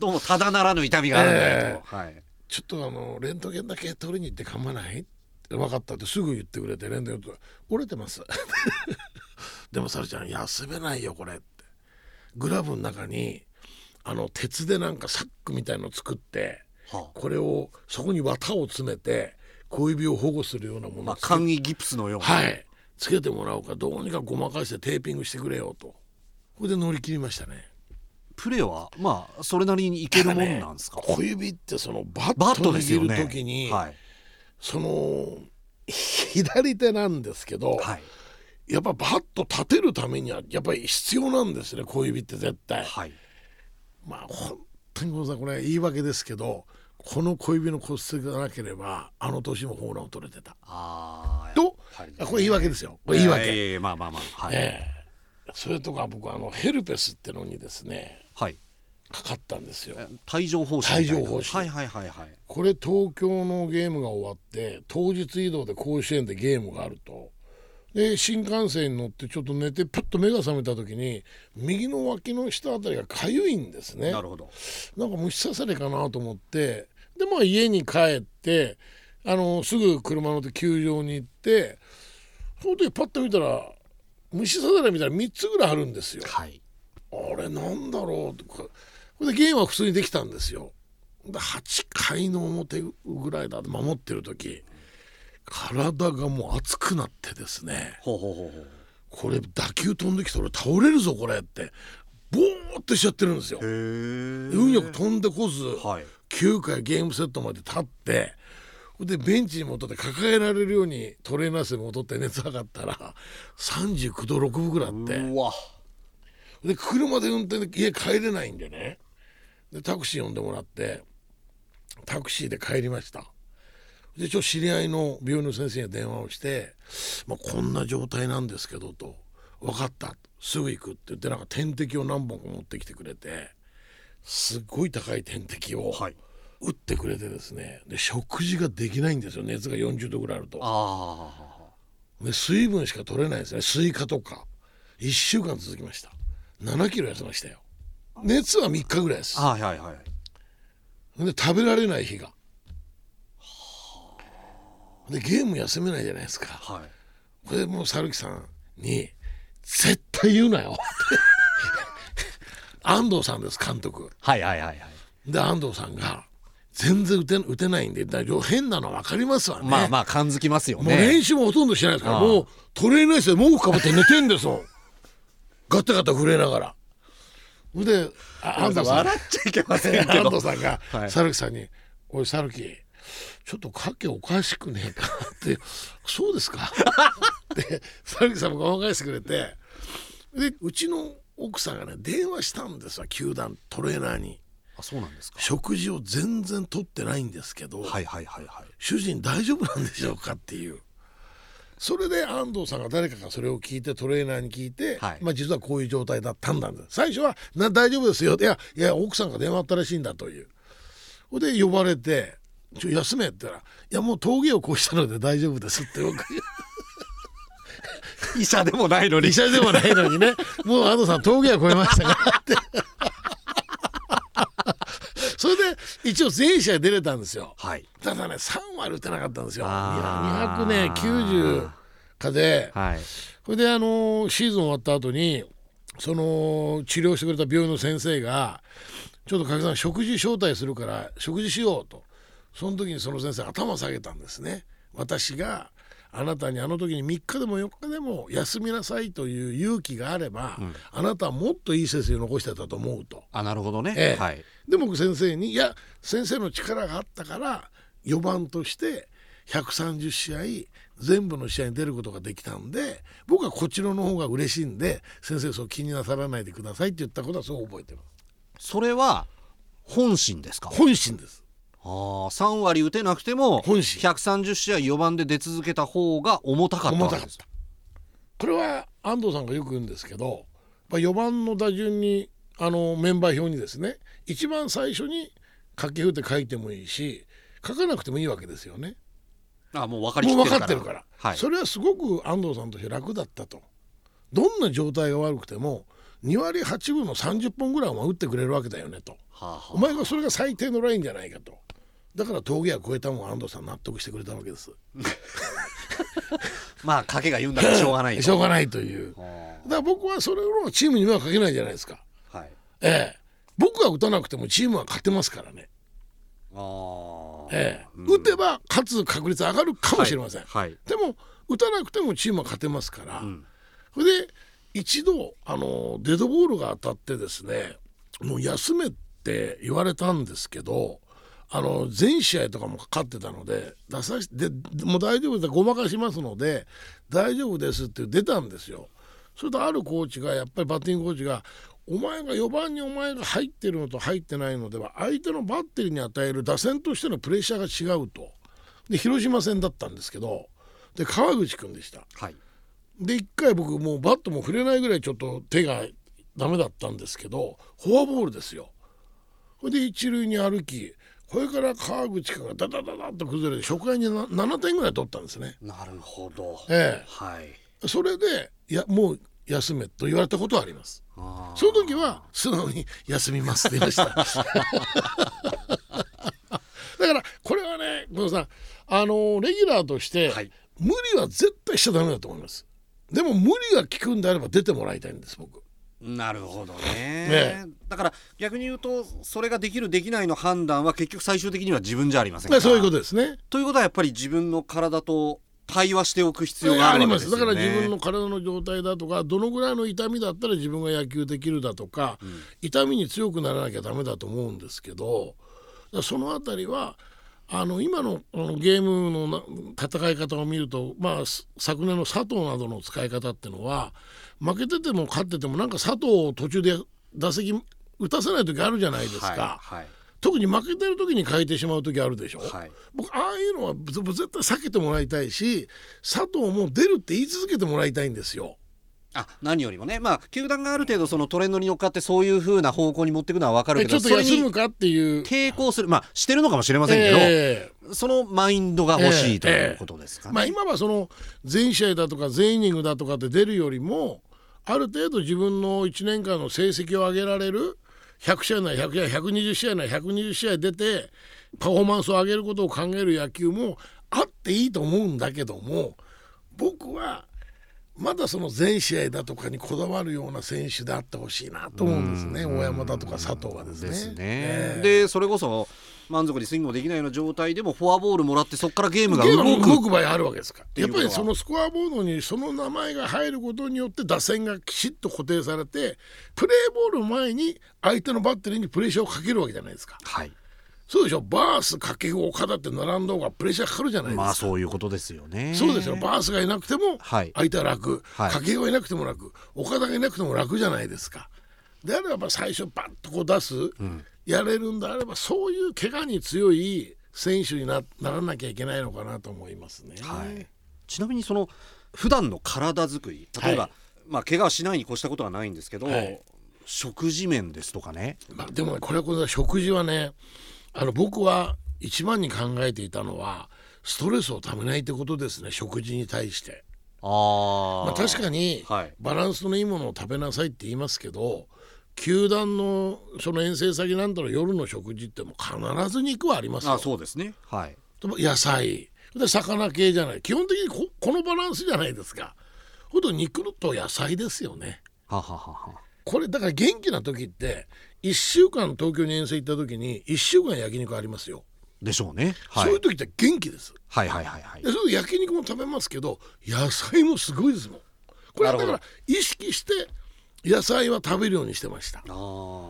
[SPEAKER 3] どうもただならぬ痛みがあるんだよと、はい、
[SPEAKER 2] ちょっとあのレントゲンだけ取りに行って噛まない分かったってすぐ言ってくれてレントゲン取ったら折れてます でもサルちゃん休めないよこれってグラブの中にあの鉄でなんかサックみたいの作って
[SPEAKER 3] は
[SPEAKER 2] これをそこに綿を詰めて小指を保護するようなも
[SPEAKER 3] あ
[SPEAKER 2] の
[SPEAKER 3] ま
[SPEAKER 2] を
[SPEAKER 3] あ、
[SPEAKER 2] つけ
[SPEAKER 3] 簡易ギプスのような、
[SPEAKER 2] はいつけてもらおうかどうにかごまかしてテーピングしてくれよとこれで乗り切りましたね
[SPEAKER 3] プレーはまあそれなりにいけるもんなんですか、
[SPEAKER 2] ただね小指ってそのバ
[SPEAKER 3] バ
[SPEAKER 2] ッ
[SPEAKER 3] ット
[SPEAKER 2] ト
[SPEAKER 3] ですよ
[SPEAKER 2] 握
[SPEAKER 3] ね
[SPEAKER 2] る時に、
[SPEAKER 3] はい
[SPEAKER 2] その左手なんですけど、
[SPEAKER 3] はい
[SPEAKER 2] やっぱバット立てるためにはやっぱり必要なんですね小指って絶対、
[SPEAKER 3] はい
[SPEAKER 2] まあ本当にごめんなさいこれ言い訳ですけどこの小指の骨折がなければあの年もホームランを取れてた
[SPEAKER 3] あー
[SPEAKER 2] と、
[SPEAKER 3] はい
[SPEAKER 2] あこれ言い訳ですよこれ言い訳、
[SPEAKER 3] ややややまあまあまあはい、
[SPEAKER 2] ええそれとか僕あのヘルペスってのにですね
[SPEAKER 3] はい
[SPEAKER 2] かかったんですよ
[SPEAKER 3] 帯状疱疹みたいな
[SPEAKER 2] 帯状疱疹
[SPEAKER 3] はいはいはいはい
[SPEAKER 2] これ東京のゲームが終わって当日移動で甲子園でゲームがあるとで新幹線に乗ってちょっと寝てプッと目が覚めた時に右の脇の下あたりが痒いんですね
[SPEAKER 3] なるほど
[SPEAKER 2] なんか虫刺されかなと思ってでまあ家に帰ってあのすぐ車乗って球場に行ってその時パッと見たら虫刺されみたいな3つぐらいあるんですよ。
[SPEAKER 3] はい
[SPEAKER 2] あれなんだろうとかこれでゲームは普通にできたんですよで8回の表ぐらいだと守ってる時体がもう熱くなってですね
[SPEAKER 3] ほうほうほうほう
[SPEAKER 2] これ打球飛んできて俺倒れるぞこれってボーってしちゃってるんです
[SPEAKER 3] へ
[SPEAKER 2] よ
[SPEAKER 3] え
[SPEAKER 2] 運よく飛んでこず、
[SPEAKER 3] はい
[SPEAKER 2] 9回ゲームセットまで立ってでベンチに戻って抱えられるようにトレーナー室に戻って熱測ったら39度6分ぐらいあって。
[SPEAKER 3] うわ
[SPEAKER 2] で車で運転で家帰れないんでねでタクシー呼んでもらってタクシーで帰りましたでちょっと知り合いの病院の先生に電話をして「まあ、こんな状態なんですけど」と「分かったすぐ行く」って言ってなんか点滴を何本か持ってきてくれてすっごい高い点滴を
[SPEAKER 3] はい
[SPEAKER 2] 打ってくれてですねで食事ができないんですよ熱が40度ぐらいあると。
[SPEAKER 3] あ
[SPEAKER 2] で水分しか取れないですねスイカとか1週間続きました7キロ痩せましたよ熱は3日ぐらいです
[SPEAKER 3] あはいはいはい
[SPEAKER 2] で食べられない日がでゲーム休めないじゃないですか
[SPEAKER 3] はい
[SPEAKER 2] これもう猿木さんに「絶対言うなよ」って安藤さんです監督
[SPEAKER 3] はいはいはいはい
[SPEAKER 2] で安藤さんが「全然打て打てないんでだから変なの分かりますわね」
[SPEAKER 3] まあまあ感づきますよ
[SPEAKER 2] もう練
[SPEAKER 3] ね
[SPEAKER 2] 習もほとんどしてないですから、
[SPEAKER 3] ああ
[SPEAKER 2] もうトレーナー室で毛布かぶって寝てんですもん。 ガタガタ震えながら。ほんで、あ安藤さんが、
[SPEAKER 3] 笑っちゃいけませんけ
[SPEAKER 2] 安
[SPEAKER 3] ど
[SPEAKER 2] 藤さんが
[SPEAKER 3] は、い
[SPEAKER 2] サルキさんに、おい、サルキ、ちょっと賭けおかしくねえかって、 そうです かって、サルキさんもごまかしてくれて、で、うちの奥さんがね、電話したんですわ、球団、トレーナーに。
[SPEAKER 3] あそうなんですか
[SPEAKER 2] 食事を全然とってないんですけど、
[SPEAKER 3] はいはいはいはい
[SPEAKER 2] 主人大丈夫なんでしょうかっていうそれで安藤さんが誰かがそれを聞いてトレーナーに聞いて、
[SPEAKER 3] はい
[SPEAKER 2] まあ、実はこういう状態だったんだ最初はな「大丈夫ですよ」いやいや奥さんが電話あったらしいんだ」というほいで呼ばれて「ちょ休め」って言ったら「いやもう峠を越したので大丈夫です」って僕
[SPEAKER 3] 医者でもないのに
[SPEAKER 2] 医者でもないのにね もう安藤さん峠は越えましたからって それで一応全試合出れたんですよ
[SPEAKER 3] はい
[SPEAKER 2] ただね3割打てなかったんですよ
[SPEAKER 3] あー
[SPEAKER 2] 200ね90かで
[SPEAKER 3] はい
[SPEAKER 2] それであのーシーズン終わった後にその治療してくれた病院の先生が「ちょっと加木さん食事招待するから食事しよう」とその時にその先生頭下げたんですね私があなたにあの時に3日でも4日でも休みなさいという勇気があれば、あなたはもっといい成績を残してたと思うと
[SPEAKER 3] あなるほどね、
[SPEAKER 2] ええ
[SPEAKER 3] はい
[SPEAKER 2] で僕先生に「いや先生の力があったから4番として130試合全部の試合に出ることができたんで僕はこちらの方が嬉しいんで先生そう気になさらないでください」って言ったことはすごい覚えてます
[SPEAKER 3] それは本心ですか
[SPEAKER 2] 本心です
[SPEAKER 3] あー3割打てなくても
[SPEAKER 2] 本心
[SPEAKER 3] 130試合4番で出続けた方が重たかった
[SPEAKER 2] 重
[SPEAKER 3] わけ
[SPEAKER 2] たか
[SPEAKER 3] で
[SPEAKER 2] っ
[SPEAKER 3] す
[SPEAKER 2] たこれは安藤さんがよく言うんですけど、まあ、4番の打順にあのメンバー表にですね一番最初に書きって書いてもいいし書かなくてもいいわけですよね
[SPEAKER 3] あもう分かりき
[SPEAKER 2] も
[SPEAKER 3] っ
[SPEAKER 2] う
[SPEAKER 3] てる
[SPEAKER 2] 分
[SPEAKER 3] か
[SPEAKER 2] からってるから、
[SPEAKER 3] はい、
[SPEAKER 2] それはすごく安藤さんとして楽だったとどんな状態が悪くても2割8分の30本ぐらいは打ってくれるわけだよねと
[SPEAKER 1] はあは
[SPEAKER 2] お前はそれが最低のラインじゃないかとだから峠は超えたもん安藤さん納得してくれたわけです
[SPEAKER 1] あまあ賭けが言うんだからしょうがないよ
[SPEAKER 2] しょうがないというだか
[SPEAKER 1] は
[SPEAKER 2] ら僕はそれをチームに迷惑かけないじゃないですか
[SPEAKER 1] あはい
[SPEAKER 2] ええ僕が打たなくてもチームは勝てますからね、
[SPEAKER 1] ああ
[SPEAKER 2] ええ打てば勝つ確率上がるかもしれません、
[SPEAKER 1] はい
[SPEAKER 2] でも打たなくてもチームは勝てますから、それで一度あのデッドボールが当たってですねもう休めって言われたんですけどあの全試合とかも勝ってたので出さしでもう大丈夫ですごまかしますので大丈夫ですって出たんですよ。それとあるコーチがやっぱりバッティングコーチがお前が4番にお前が入ってるのと入ってないのでは相手のバッテリーに与える打線としてのプレッシャーが違うとで広島戦だったんですけどで川口君でした
[SPEAKER 1] はい
[SPEAKER 2] で1回僕もうバットも触れないぐらいちょっと手がダメだったんですけどフォアボールですよそれで一塁に歩きこれから川口君がダダダダッと崩れて初回にな7点ぐらい取ったんですね
[SPEAKER 1] なるほど
[SPEAKER 2] え
[SPEAKER 1] はい
[SPEAKER 2] えそれでいやもう休めと言われたことはあります
[SPEAKER 1] あ
[SPEAKER 2] その時は素直に「休みます」って言 いましただからこれはね久保さんあのレギュラーとして、
[SPEAKER 1] はい
[SPEAKER 2] 無理は絶対しちゃダメだと思いますでも無理が効くんであれば出てもらいたいんです僕
[SPEAKER 1] なるほどね
[SPEAKER 2] え
[SPEAKER 1] だから逆に言うとそれができるできないの判断は結局最終的には自分じゃありませんか
[SPEAKER 2] で
[SPEAKER 1] ら
[SPEAKER 2] そういうことですね
[SPEAKER 1] ということはやっぱり自分の体と対話しておく必要がある
[SPEAKER 2] あり
[SPEAKER 1] わけで
[SPEAKER 2] ま
[SPEAKER 1] すす
[SPEAKER 2] だ
[SPEAKER 1] よね
[SPEAKER 2] から自分の体の状態だとかどのぐらいの痛みだったら自分が野球できるだとか、痛みに強くならなきゃダメだと思うんですけどだからそのあたりはあの今のあのゲームのな戦い方を見ると、まあ、す昨年の佐藤などの使い方ってのは負けてても勝っててもなんか佐藤を途中で打席打たせない時あるじゃないですか、
[SPEAKER 1] はいはい
[SPEAKER 2] 特に負けてる時に変えてしまう時あるでしょ、
[SPEAKER 1] はい
[SPEAKER 2] 僕ああいうのはぶぶ絶対避けてもらいたいし佐藤も出るって言い続けてもらいたいんですよ。
[SPEAKER 1] あ何よりもね、まあ、球団がある程度そのトレンドに乗っかってそういうふうな方向に持っていくのは分かる
[SPEAKER 2] え
[SPEAKER 1] け
[SPEAKER 2] ち
[SPEAKER 1] ど
[SPEAKER 2] ょっと
[SPEAKER 1] それ
[SPEAKER 2] 休
[SPEAKER 1] に
[SPEAKER 2] むかっていう。
[SPEAKER 1] 抵抗する、まあ、してるのかもしれませんけど、
[SPEAKER 2] え
[SPEAKER 1] そのマインドが欲し
[SPEAKER 2] ええ
[SPEAKER 1] いということですか
[SPEAKER 2] え
[SPEAKER 1] ね。
[SPEAKER 2] まあ、今はその全試合だとか全イニングだとかって出るよりもある程度自分の1年間の成績を上げられる100試合なら100試合120試合なら120試合出てパフォーマンスを上げることを考える野球もあっていいと思うんだけども僕はまだその全試合だとかにこだわるような選手であってほしいなと思うんですね大山だとか佐藤はですね。
[SPEAKER 1] ですね。
[SPEAKER 2] ええ
[SPEAKER 1] でそれこそ満足にスイングもできないような状態でもフォアボールもらってそこからゲームが
[SPEAKER 2] ゲー
[SPEAKER 1] 動
[SPEAKER 2] ムが動
[SPEAKER 1] く。
[SPEAKER 2] く場合あるわけですか
[SPEAKER 1] い
[SPEAKER 2] や
[SPEAKER 1] う
[SPEAKER 2] っ
[SPEAKER 1] こと
[SPEAKER 2] ぱ
[SPEAKER 1] は
[SPEAKER 2] りそのスコアボードにその名前が入ることによって打線がきちっと固定されてプレーボールの前に相手のバッテリーにプレッシャーをかけるわけじゃないですか
[SPEAKER 1] はい、
[SPEAKER 2] そうでしょバース掛布岡田って並んだ方がプレッシャーかかるじゃないですか、
[SPEAKER 1] まあそういうことですよね。
[SPEAKER 2] そうですよバースがいなくても
[SPEAKER 1] はい
[SPEAKER 2] 相手は楽、
[SPEAKER 1] はい
[SPEAKER 2] 掛布がいなくても楽岡田がいなくても楽じゃないですかであれば最初バッとこう出す、やれるんであればそういう怪我に強い選手になならなきゃいけないのかなと思いますね。
[SPEAKER 1] はい、ちなみにその普段の体作り例えば、
[SPEAKER 2] はい
[SPEAKER 1] まあ怪我はしないに越したことはないんですけど、
[SPEAKER 2] はい
[SPEAKER 1] 食事面ですとかね
[SPEAKER 2] まあ、でもねこれはこれは食事はねあの僕は一番に考えていたのはストレスをためないってことですね食事に対して。
[SPEAKER 1] あ、
[SPEAKER 2] まあ、確かに
[SPEAKER 1] はい
[SPEAKER 2] バランスのいいものを食べなさいって言いますけど球団のその遠征先なんだろう夜の食事ってもう必ず肉はありますよ
[SPEAKER 1] あそうですねはい
[SPEAKER 2] でも野菜で魚系じゃない基本的にここのバランスじゃないですかほと肉と野菜ですよね
[SPEAKER 1] はははは
[SPEAKER 2] これだから元気な時って1週間東京に遠征行った時に1週間焼肉ありますよ、
[SPEAKER 1] でしょうね、はい、
[SPEAKER 2] そういう時って元気です
[SPEAKER 1] はいはいはいはい
[SPEAKER 2] でその焼肉も食べますけど野菜もすごいですもんこれはだか
[SPEAKER 1] な
[SPEAKER 2] ら意識して野菜は食べるようにしてました、
[SPEAKER 1] あー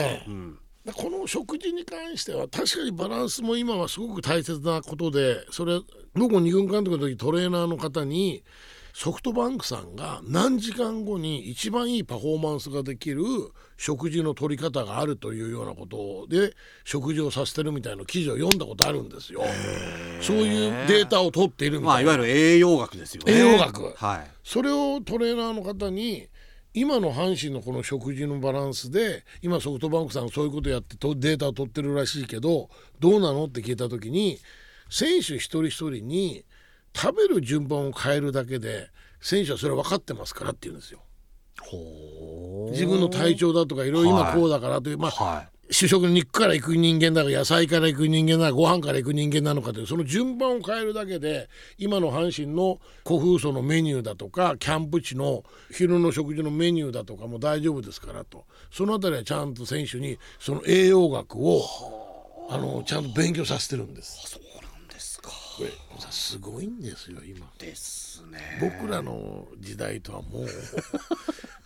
[SPEAKER 2] ええ
[SPEAKER 1] ん
[SPEAKER 2] でこの食事に関しては確かにバランスも今はすごく大切なことでそれ僕も二軍監督の時トレーナーの方にソフトバンクさんが何時間後に一番いいパフォーマンスができる食事の取り方があるというようなことで食事をさせてるみたいな記事を読んだことあるんですよ。そういうデータを取っているみたいな。
[SPEAKER 1] まあいわゆる栄養学ですよね
[SPEAKER 2] 栄養学
[SPEAKER 1] はい
[SPEAKER 2] それをトレーナーの方に今の阪神のこの食事のバランスで今ソフトバンクさんそういうことやってとデータを取ってるらしいけどどうなのって聞いた時に選手一人一人に食べる順番を変えるだけで選手はそれ分かってますからって言うんですよ。
[SPEAKER 1] ほう
[SPEAKER 2] 自分の体調だとかいろいろ今
[SPEAKER 1] はい
[SPEAKER 2] こうだからという、まあ
[SPEAKER 1] は
[SPEAKER 2] 主食の肉から行く人間だか野菜から行く人間だかご飯から行く人間なのかというその順番を変えるだけで今の阪神の古風荘のメニューだとかキャンプ地の昼の食事のメニューだとかも大丈夫ですからとそのあたりはちゃんと選手にその栄養学をあのちゃんと勉強させてるんです。
[SPEAKER 1] いそうなんですか
[SPEAKER 2] これすごいんですよ今
[SPEAKER 1] ですね
[SPEAKER 2] 僕らの時代とはもう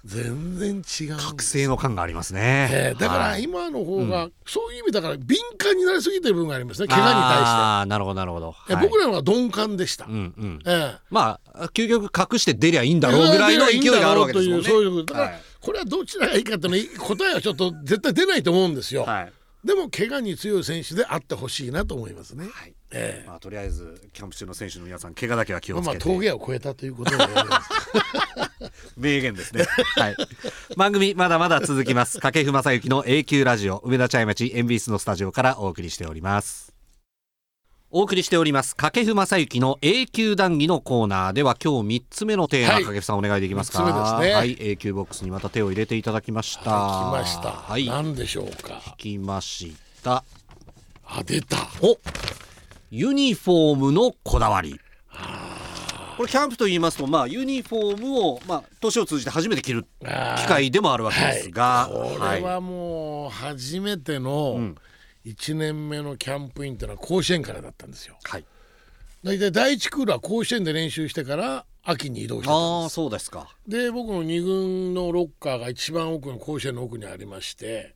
[SPEAKER 2] 全然違うんです
[SPEAKER 1] 覚醒の感がありますね、
[SPEAKER 2] えーだから
[SPEAKER 1] はい
[SPEAKER 2] 今の方が、そういう意味だから敏感になりすぎてる部分がありますね怪我に対して
[SPEAKER 1] ああなるほどなるほど、
[SPEAKER 2] え
[SPEAKER 1] はい
[SPEAKER 2] 僕らの方が鈍感でした、
[SPEAKER 1] うんうん
[SPEAKER 2] えー
[SPEAKER 1] まあ究極隠して出りゃいいんだろうぐらいの勢いがあるわけですもんね
[SPEAKER 2] 出ればいいんだろうというそういうことだから、
[SPEAKER 1] はい
[SPEAKER 2] これはどちらがいいかっていうのは答えはちょっと絶対出ないと思うんですよ、
[SPEAKER 1] はい
[SPEAKER 2] でも怪我に強い選手であってほしいなと思いますね、
[SPEAKER 1] はい
[SPEAKER 2] え
[SPEAKER 1] まあ、とりあえずキャンプ中の選手の皆さん怪我だけは気
[SPEAKER 2] ー
[SPEAKER 1] を
[SPEAKER 2] まあ
[SPEAKER 1] つ
[SPEAKER 2] まあ
[SPEAKER 1] けて、
[SPEAKER 2] 峠を越えたということでございます
[SPEAKER 1] 名言ですね、はい、番組まだまだ続きます掛布正幸の A 級ラジオ梅田茶屋町 MBS のスタジオからお送りしておりますお送りしております掛布正幸の A 級談義のコーナーでは今日3つ目のテーマ、
[SPEAKER 2] はい
[SPEAKER 1] 掛布さんお願いできますか
[SPEAKER 2] 三つ目ですね
[SPEAKER 1] はい、A 級ボックスにまた手を入れていただきました
[SPEAKER 2] 来ました、
[SPEAKER 1] はい聞
[SPEAKER 2] 何でしょうか
[SPEAKER 1] きました
[SPEAKER 2] あ出た
[SPEAKER 1] おユニフォームのこだわりこれキャンプと言いますと、まあ、ユニフォームを、まあ、年を通じて初めて着る機
[SPEAKER 2] あー
[SPEAKER 1] 会でもあるわけですが、
[SPEAKER 2] これはもう初めての1年目のキャンプインってのは甲子園からだったんですよ
[SPEAKER 1] はい
[SPEAKER 2] 大体第1クールは甲子園で練習してから秋に移動してたん
[SPEAKER 1] あ
[SPEAKER 2] で
[SPEAKER 1] あそうですか
[SPEAKER 2] すで僕の2軍のロッカーが一番奥の甲子園の奥にありまして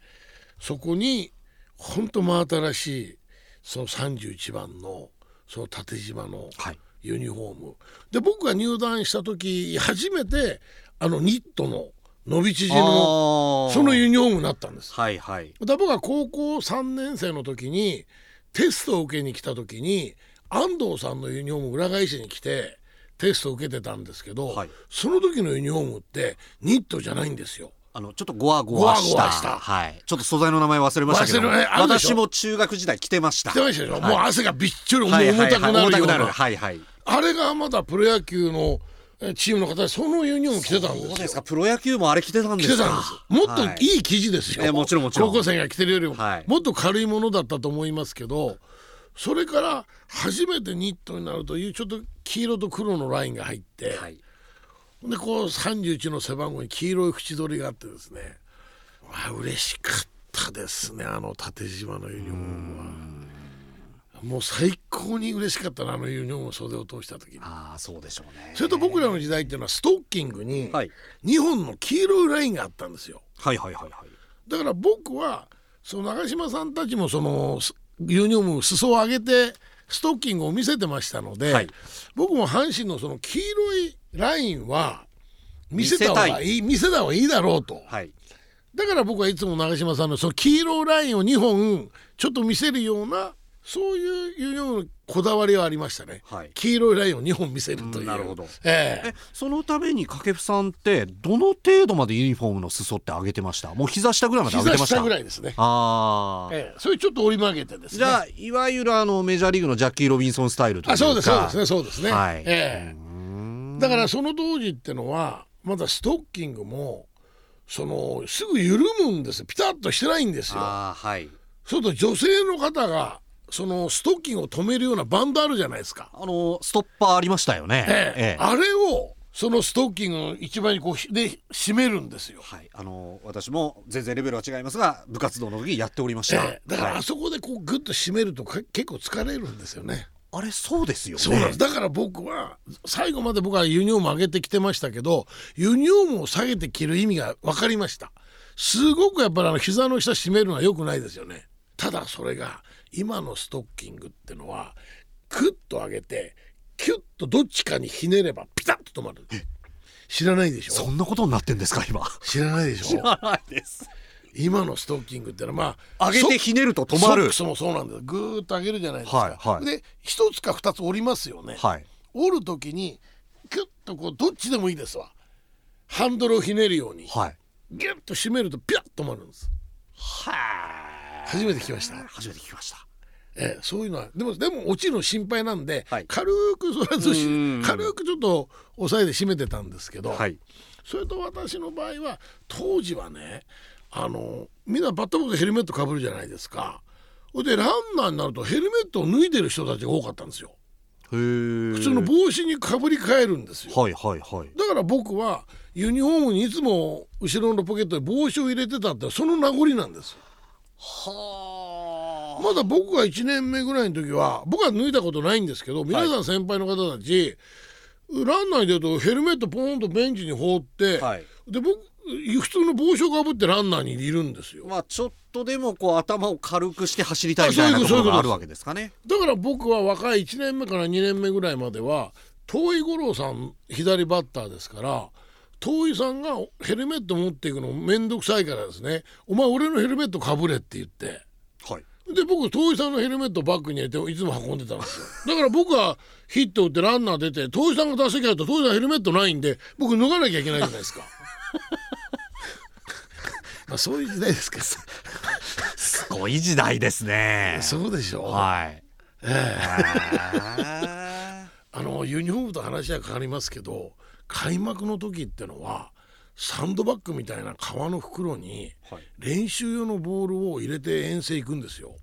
[SPEAKER 2] そこにほんと真新しいその31番のその縦縞の
[SPEAKER 1] はい
[SPEAKER 2] ユニフォーム、で僕が入団した時初めてあのニットの伸び縮みの
[SPEAKER 1] あー
[SPEAKER 2] そのユニフォームになったんです
[SPEAKER 1] はいはい
[SPEAKER 2] だ僕が高校3年生の時にテストを受けに来た時に安藤さんのユニフォームを裏返しに来てテストを受けてたんですけど、
[SPEAKER 1] はい
[SPEAKER 2] その時のユニフォームってニットじゃないんですよ。
[SPEAKER 1] あのちょっとゴワゴワした
[SPEAKER 2] ゴワゴワした
[SPEAKER 1] はい、ちょっと素材の名前忘れましたけど
[SPEAKER 2] 忘れるあるでし
[SPEAKER 1] 私
[SPEAKER 2] ょ
[SPEAKER 1] も中学時代着てました
[SPEAKER 2] 知ってましたでしょ、もう汗がびっちょり重
[SPEAKER 1] はいはい
[SPEAKER 2] たく
[SPEAKER 1] はい
[SPEAKER 2] なるような、
[SPEAKER 1] はいはい
[SPEAKER 2] あれがまだプロ野球のえチームの方でそのユニフォーム着てたんです
[SPEAKER 1] そう
[SPEAKER 2] よ。
[SPEAKER 1] ですかプロ野球もあれ着てたんで
[SPEAKER 2] 着
[SPEAKER 1] すか
[SPEAKER 2] てたんですもっと
[SPEAKER 1] はい
[SPEAKER 2] いい生地ですよ、
[SPEAKER 1] えもちろんもちろん
[SPEAKER 2] 高校生が着てるよりも、
[SPEAKER 1] はい
[SPEAKER 2] もっと軽いものだったと思いますけどそれから初めてニットになるというちょっと黄色と黒のラインが入って、
[SPEAKER 1] はい
[SPEAKER 2] でこう31の背番号に黄色い縁取りがあってですねわあ嬉しかったですねあの縦縞のユニフォームはもう最高に嬉しかったなあのユニフォームを袖を通した時に
[SPEAKER 1] ああそうでしょうね
[SPEAKER 2] それと僕らの時代っていうのはストッキングに
[SPEAKER 1] はい
[SPEAKER 2] 2本の黄色いラインがあったんですよ
[SPEAKER 1] はいはいはいはい
[SPEAKER 2] だから僕はその長嶋さんたちもそのすユニフォーム裾を上げてストッキングを見せてましたので、
[SPEAKER 1] はい
[SPEAKER 2] 僕も阪神のその黄色いラインは見せた方がいい見せた方がいいだろうと
[SPEAKER 1] はい
[SPEAKER 2] だから僕はいつも長嶋さんのその黄色いラインを2本ちょっと見せるようなそういうユニフォームのこだわりはありましたね、
[SPEAKER 1] はい
[SPEAKER 2] 黄色いラインを2本見せるという、
[SPEAKER 1] うんなるほど
[SPEAKER 2] ええ
[SPEAKER 1] えそのために掛布さんってどの程度までユニフォームの裾って上げてましたもう膝下ぐらいまで上げて
[SPEAKER 2] 膝
[SPEAKER 1] ました
[SPEAKER 2] 下ぐらいですね、
[SPEAKER 1] ああ、
[SPEAKER 2] ええそれちょっと折り曲げてですね
[SPEAKER 1] じゃあいわゆるあのメジャーリーグのジャッキー・ロビンソンスタイルというか
[SPEAKER 2] あそうですそうですねそうですね、
[SPEAKER 1] はい
[SPEAKER 2] ええだからその当時ってのはまだストッキングもそのすぐ緩むんですピタッとしてないんですよ
[SPEAKER 1] ああはい
[SPEAKER 2] そうすると女性の方がそのストッキングを止めるようなバンドあるじゃないですか、
[SPEAKER 1] あのストッパーありましたよね
[SPEAKER 2] ええ
[SPEAKER 1] ええ
[SPEAKER 2] あれをそのストッキングの一番にこうひで締めるんですよ、
[SPEAKER 1] はいあの私も全然レベルは違いますが部活動の時にやっておりまし
[SPEAKER 2] え
[SPEAKER 1] た、
[SPEAKER 2] えだから
[SPEAKER 1] は
[SPEAKER 2] あ
[SPEAKER 1] い
[SPEAKER 2] そこでこうグッと締めるとか結構疲れるんですよね
[SPEAKER 1] あれそうですよね
[SPEAKER 2] そうなんです。だから僕は最後まで僕はユニフォーム上げてきてましたけど、ユニフォームを下げて着る意味が分かりました。すごくやっぱりあの膝の下締めるのは良くないですよね。ただそれが今のストッキングってのはクッと上げてキュッとどっちかにひねればピタッと止まる。知らないでし
[SPEAKER 1] そ
[SPEAKER 2] ょ。
[SPEAKER 1] んなことになってんですか今
[SPEAKER 2] 知らないでしょ。
[SPEAKER 1] ないです
[SPEAKER 2] 今のストッキングってのはまあ
[SPEAKER 1] 上げて
[SPEAKER 2] そ
[SPEAKER 1] ひねると止ま
[SPEAKER 2] ソッ
[SPEAKER 1] る
[SPEAKER 2] クスもそうなんです。ぐーっと上げるじゃないですか。
[SPEAKER 1] はいはい
[SPEAKER 2] で一つか二つ折りますよね。
[SPEAKER 1] はい
[SPEAKER 2] 折る時にギュッとこうどっちでもいいですわハンドルをひねるように
[SPEAKER 1] はい
[SPEAKER 2] ギュッと締めるとピャッと止まるんです
[SPEAKER 1] は
[SPEAKER 2] 初めて聞きました、
[SPEAKER 1] 初めて聞きました
[SPEAKER 2] ええ、そういうのはでもでも落ちるの心配なんで、
[SPEAKER 1] はい
[SPEAKER 2] 軽くそれはずし
[SPEAKER 1] うん
[SPEAKER 2] 軽くちょっと押さえて締めてたんですけど、
[SPEAKER 1] はい
[SPEAKER 2] それと私の場合は当時はねあのみんなバッターボックスでヘルメットかぶるじゃないですかそれでランナーになるとヘルメットを脱いでる人たちが多かったんですよ
[SPEAKER 1] 普
[SPEAKER 2] 普通の帽子にかぶり替えるんですよ
[SPEAKER 1] はいはいはい
[SPEAKER 2] だから僕はユニフォームにいつも後ろのポケットに帽子を入れてたってその名残なんです
[SPEAKER 1] は
[SPEAKER 2] まだ僕が1年目ぐらいの時は僕は脱いだことないんですけど皆さん先輩の方たち、ランナーに出るとヘルメットポーンとベンチに放って、
[SPEAKER 1] はい
[SPEAKER 2] で僕普通の帽子をかぶってランナーにいるんですよ
[SPEAKER 1] まあちょっとでもこう頭を軽くして走りたいみたいな
[SPEAKER 2] あ
[SPEAKER 1] とこ
[SPEAKER 2] そういうこと
[SPEAKER 1] ろが
[SPEAKER 2] そういうことです
[SPEAKER 1] あるわけですかね
[SPEAKER 2] だから僕は若い1年目から2年目ぐらいまでは遠井五郎さん左バッターですから遠井さんがヘルメット持っていくの面倒くさいからですね「お前俺のヘルメットかぶれ」って言って
[SPEAKER 1] はい
[SPEAKER 2] で僕遠井さんのヘルメットバッグに入れていつも運んでたんですよだから僕はヒット打ってランナー出て遠井さんが打席入ると遠井さんヘルメットないんで僕脱がなきゃいけないじゃないですか まあそういう時代ですか
[SPEAKER 1] すごい時代ですね
[SPEAKER 2] そうでしょう、
[SPEAKER 1] はい
[SPEAKER 2] あのユニフォームと話は変わりますけど開幕の時ってのはサンドバッグみたいな革の袋に
[SPEAKER 1] はい
[SPEAKER 2] 練習用のボールを入れて遠征行くんですよ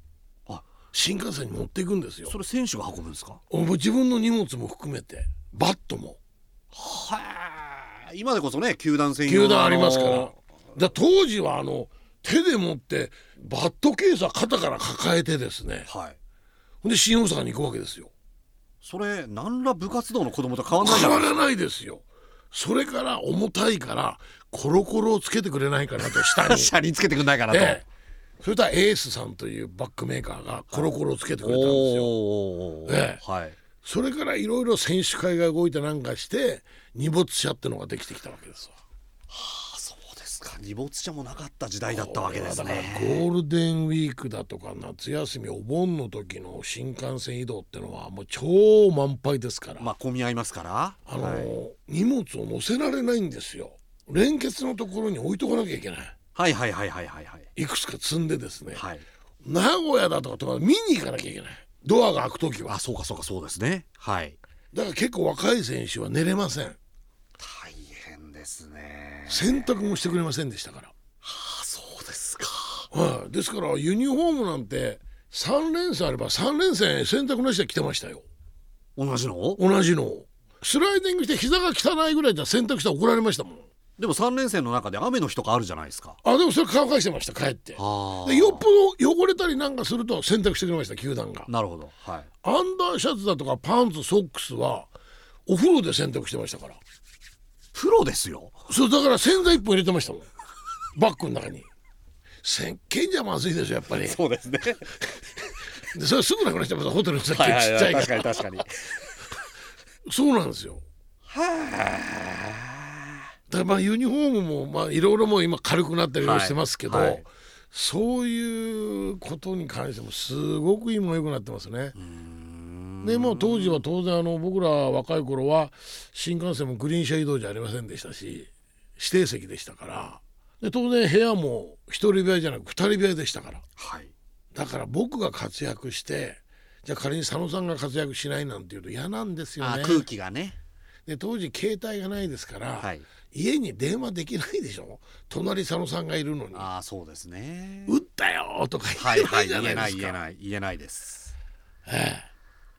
[SPEAKER 1] あ
[SPEAKER 2] 新幹線に持っていくんですよ
[SPEAKER 1] それ選手が運ぶんですか
[SPEAKER 2] お自分の荷物も含めてバットも
[SPEAKER 1] はい今でこそね球団専用
[SPEAKER 2] 球
[SPEAKER 1] の
[SPEAKER 2] 団ありますから
[SPEAKER 1] あ
[SPEAKER 2] だ
[SPEAKER 1] の
[SPEAKER 2] から当時はあの手で持ってバットケースは肩から抱えてですね
[SPEAKER 1] はい
[SPEAKER 2] ほんで新大阪に行くわけですよ
[SPEAKER 1] それ何ら部活動の子供と変わんないじゃ
[SPEAKER 2] 変
[SPEAKER 1] な
[SPEAKER 2] わ
[SPEAKER 1] いです
[SPEAKER 2] らないですよそれから重たいからコロコロをつけてくれないかなと下
[SPEAKER 1] か
[SPEAKER 2] に
[SPEAKER 1] 車輪つけてくんないかなと、
[SPEAKER 2] でそれとはエースさんというバックメーカーがコロコロをつけてくれたんですよ
[SPEAKER 1] おお、
[SPEAKER 2] ええ
[SPEAKER 1] はい
[SPEAKER 2] それからいろいろ選手会が動いてなんかして荷物車ってのができてきたわけですわ
[SPEAKER 1] あそうですか荷物車もなかった時代だったわけです
[SPEAKER 2] だから
[SPEAKER 1] ね
[SPEAKER 2] ゴールデンウィークだとか夏休みお盆の時の新幹線移動ってのはもう超満杯ですから、
[SPEAKER 1] まあ混み合いますから
[SPEAKER 2] あの荷物を載せられないんですよ連結のところに置いとかなきゃいけない
[SPEAKER 1] はいはいはいはいはいはい
[SPEAKER 2] いくつか積んでですね、
[SPEAKER 1] はい
[SPEAKER 2] 名古屋だとかとか見に行かなきゃいけないドアが開く時は
[SPEAKER 1] あそうかそうかそうですねはい
[SPEAKER 2] だから結構若い選手は寝れません
[SPEAKER 1] 大変ですね
[SPEAKER 2] 洗濯もしてくれませんでしたから、
[SPEAKER 1] あそうですか
[SPEAKER 2] はい、ですからユニフォームなんて3連戦あれば3連戦洗濯なしで来てましたよ
[SPEAKER 1] 同じの
[SPEAKER 2] 同じのをスライディングして膝が汚いぐらいじゃ洗濯したら怒られましたもん
[SPEAKER 1] でも3連戦の中で雨の日とかあるじゃないですか
[SPEAKER 2] あでもそれ乾かしてました帰って
[SPEAKER 1] あ
[SPEAKER 2] でよっぽど汚れたりなんかすると洗濯してくれました球団が
[SPEAKER 1] なるほどはい
[SPEAKER 2] アンダーシャツだとかパンツソックスはお風呂で洗濯してましたから
[SPEAKER 1] プロですよ
[SPEAKER 2] そうだから洗剤一本入れてましたもんバッグの中に石鹸じゃまずいでしょやっぱ
[SPEAKER 1] う
[SPEAKER 2] り
[SPEAKER 1] です ね
[SPEAKER 2] でそれすぐなくなっちゃいますホテルの石鹸ちっちゃいから、
[SPEAKER 1] かに確かに
[SPEAKER 2] そうなんですよだからまあユニフォームもまあいろいろもう今軽くなったりいろいろしてますけど、
[SPEAKER 1] はいはい
[SPEAKER 2] そういうことに関してもすごく今良くなってますね。でもう当時は当然あの僕ら若い頃は新幹線もグリーン車移動じゃありませんでしたし指定席でしたからで当然部屋も一人部屋じゃなく二人部屋でしたから
[SPEAKER 1] はい
[SPEAKER 2] だから僕が活躍してじゃあ仮に佐野さんが活躍しないなんていうと嫌なんですよ
[SPEAKER 1] あ
[SPEAKER 2] ね。
[SPEAKER 1] 空気がね
[SPEAKER 2] で当時携帯がないですから、
[SPEAKER 1] はい
[SPEAKER 2] 家に電話できないでしょ隣佐野さんがいるのに
[SPEAKER 1] ああそうですね
[SPEAKER 2] 「打ったよ!」とか
[SPEAKER 1] はい
[SPEAKER 2] 言えな
[SPEAKER 1] はい
[SPEAKER 2] い
[SPEAKER 1] 言えない
[SPEAKER 2] じゃないです
[SPEAKER 1] 言え
[SPEAKER 2] か。
[SPEAKER 1] ない言えないです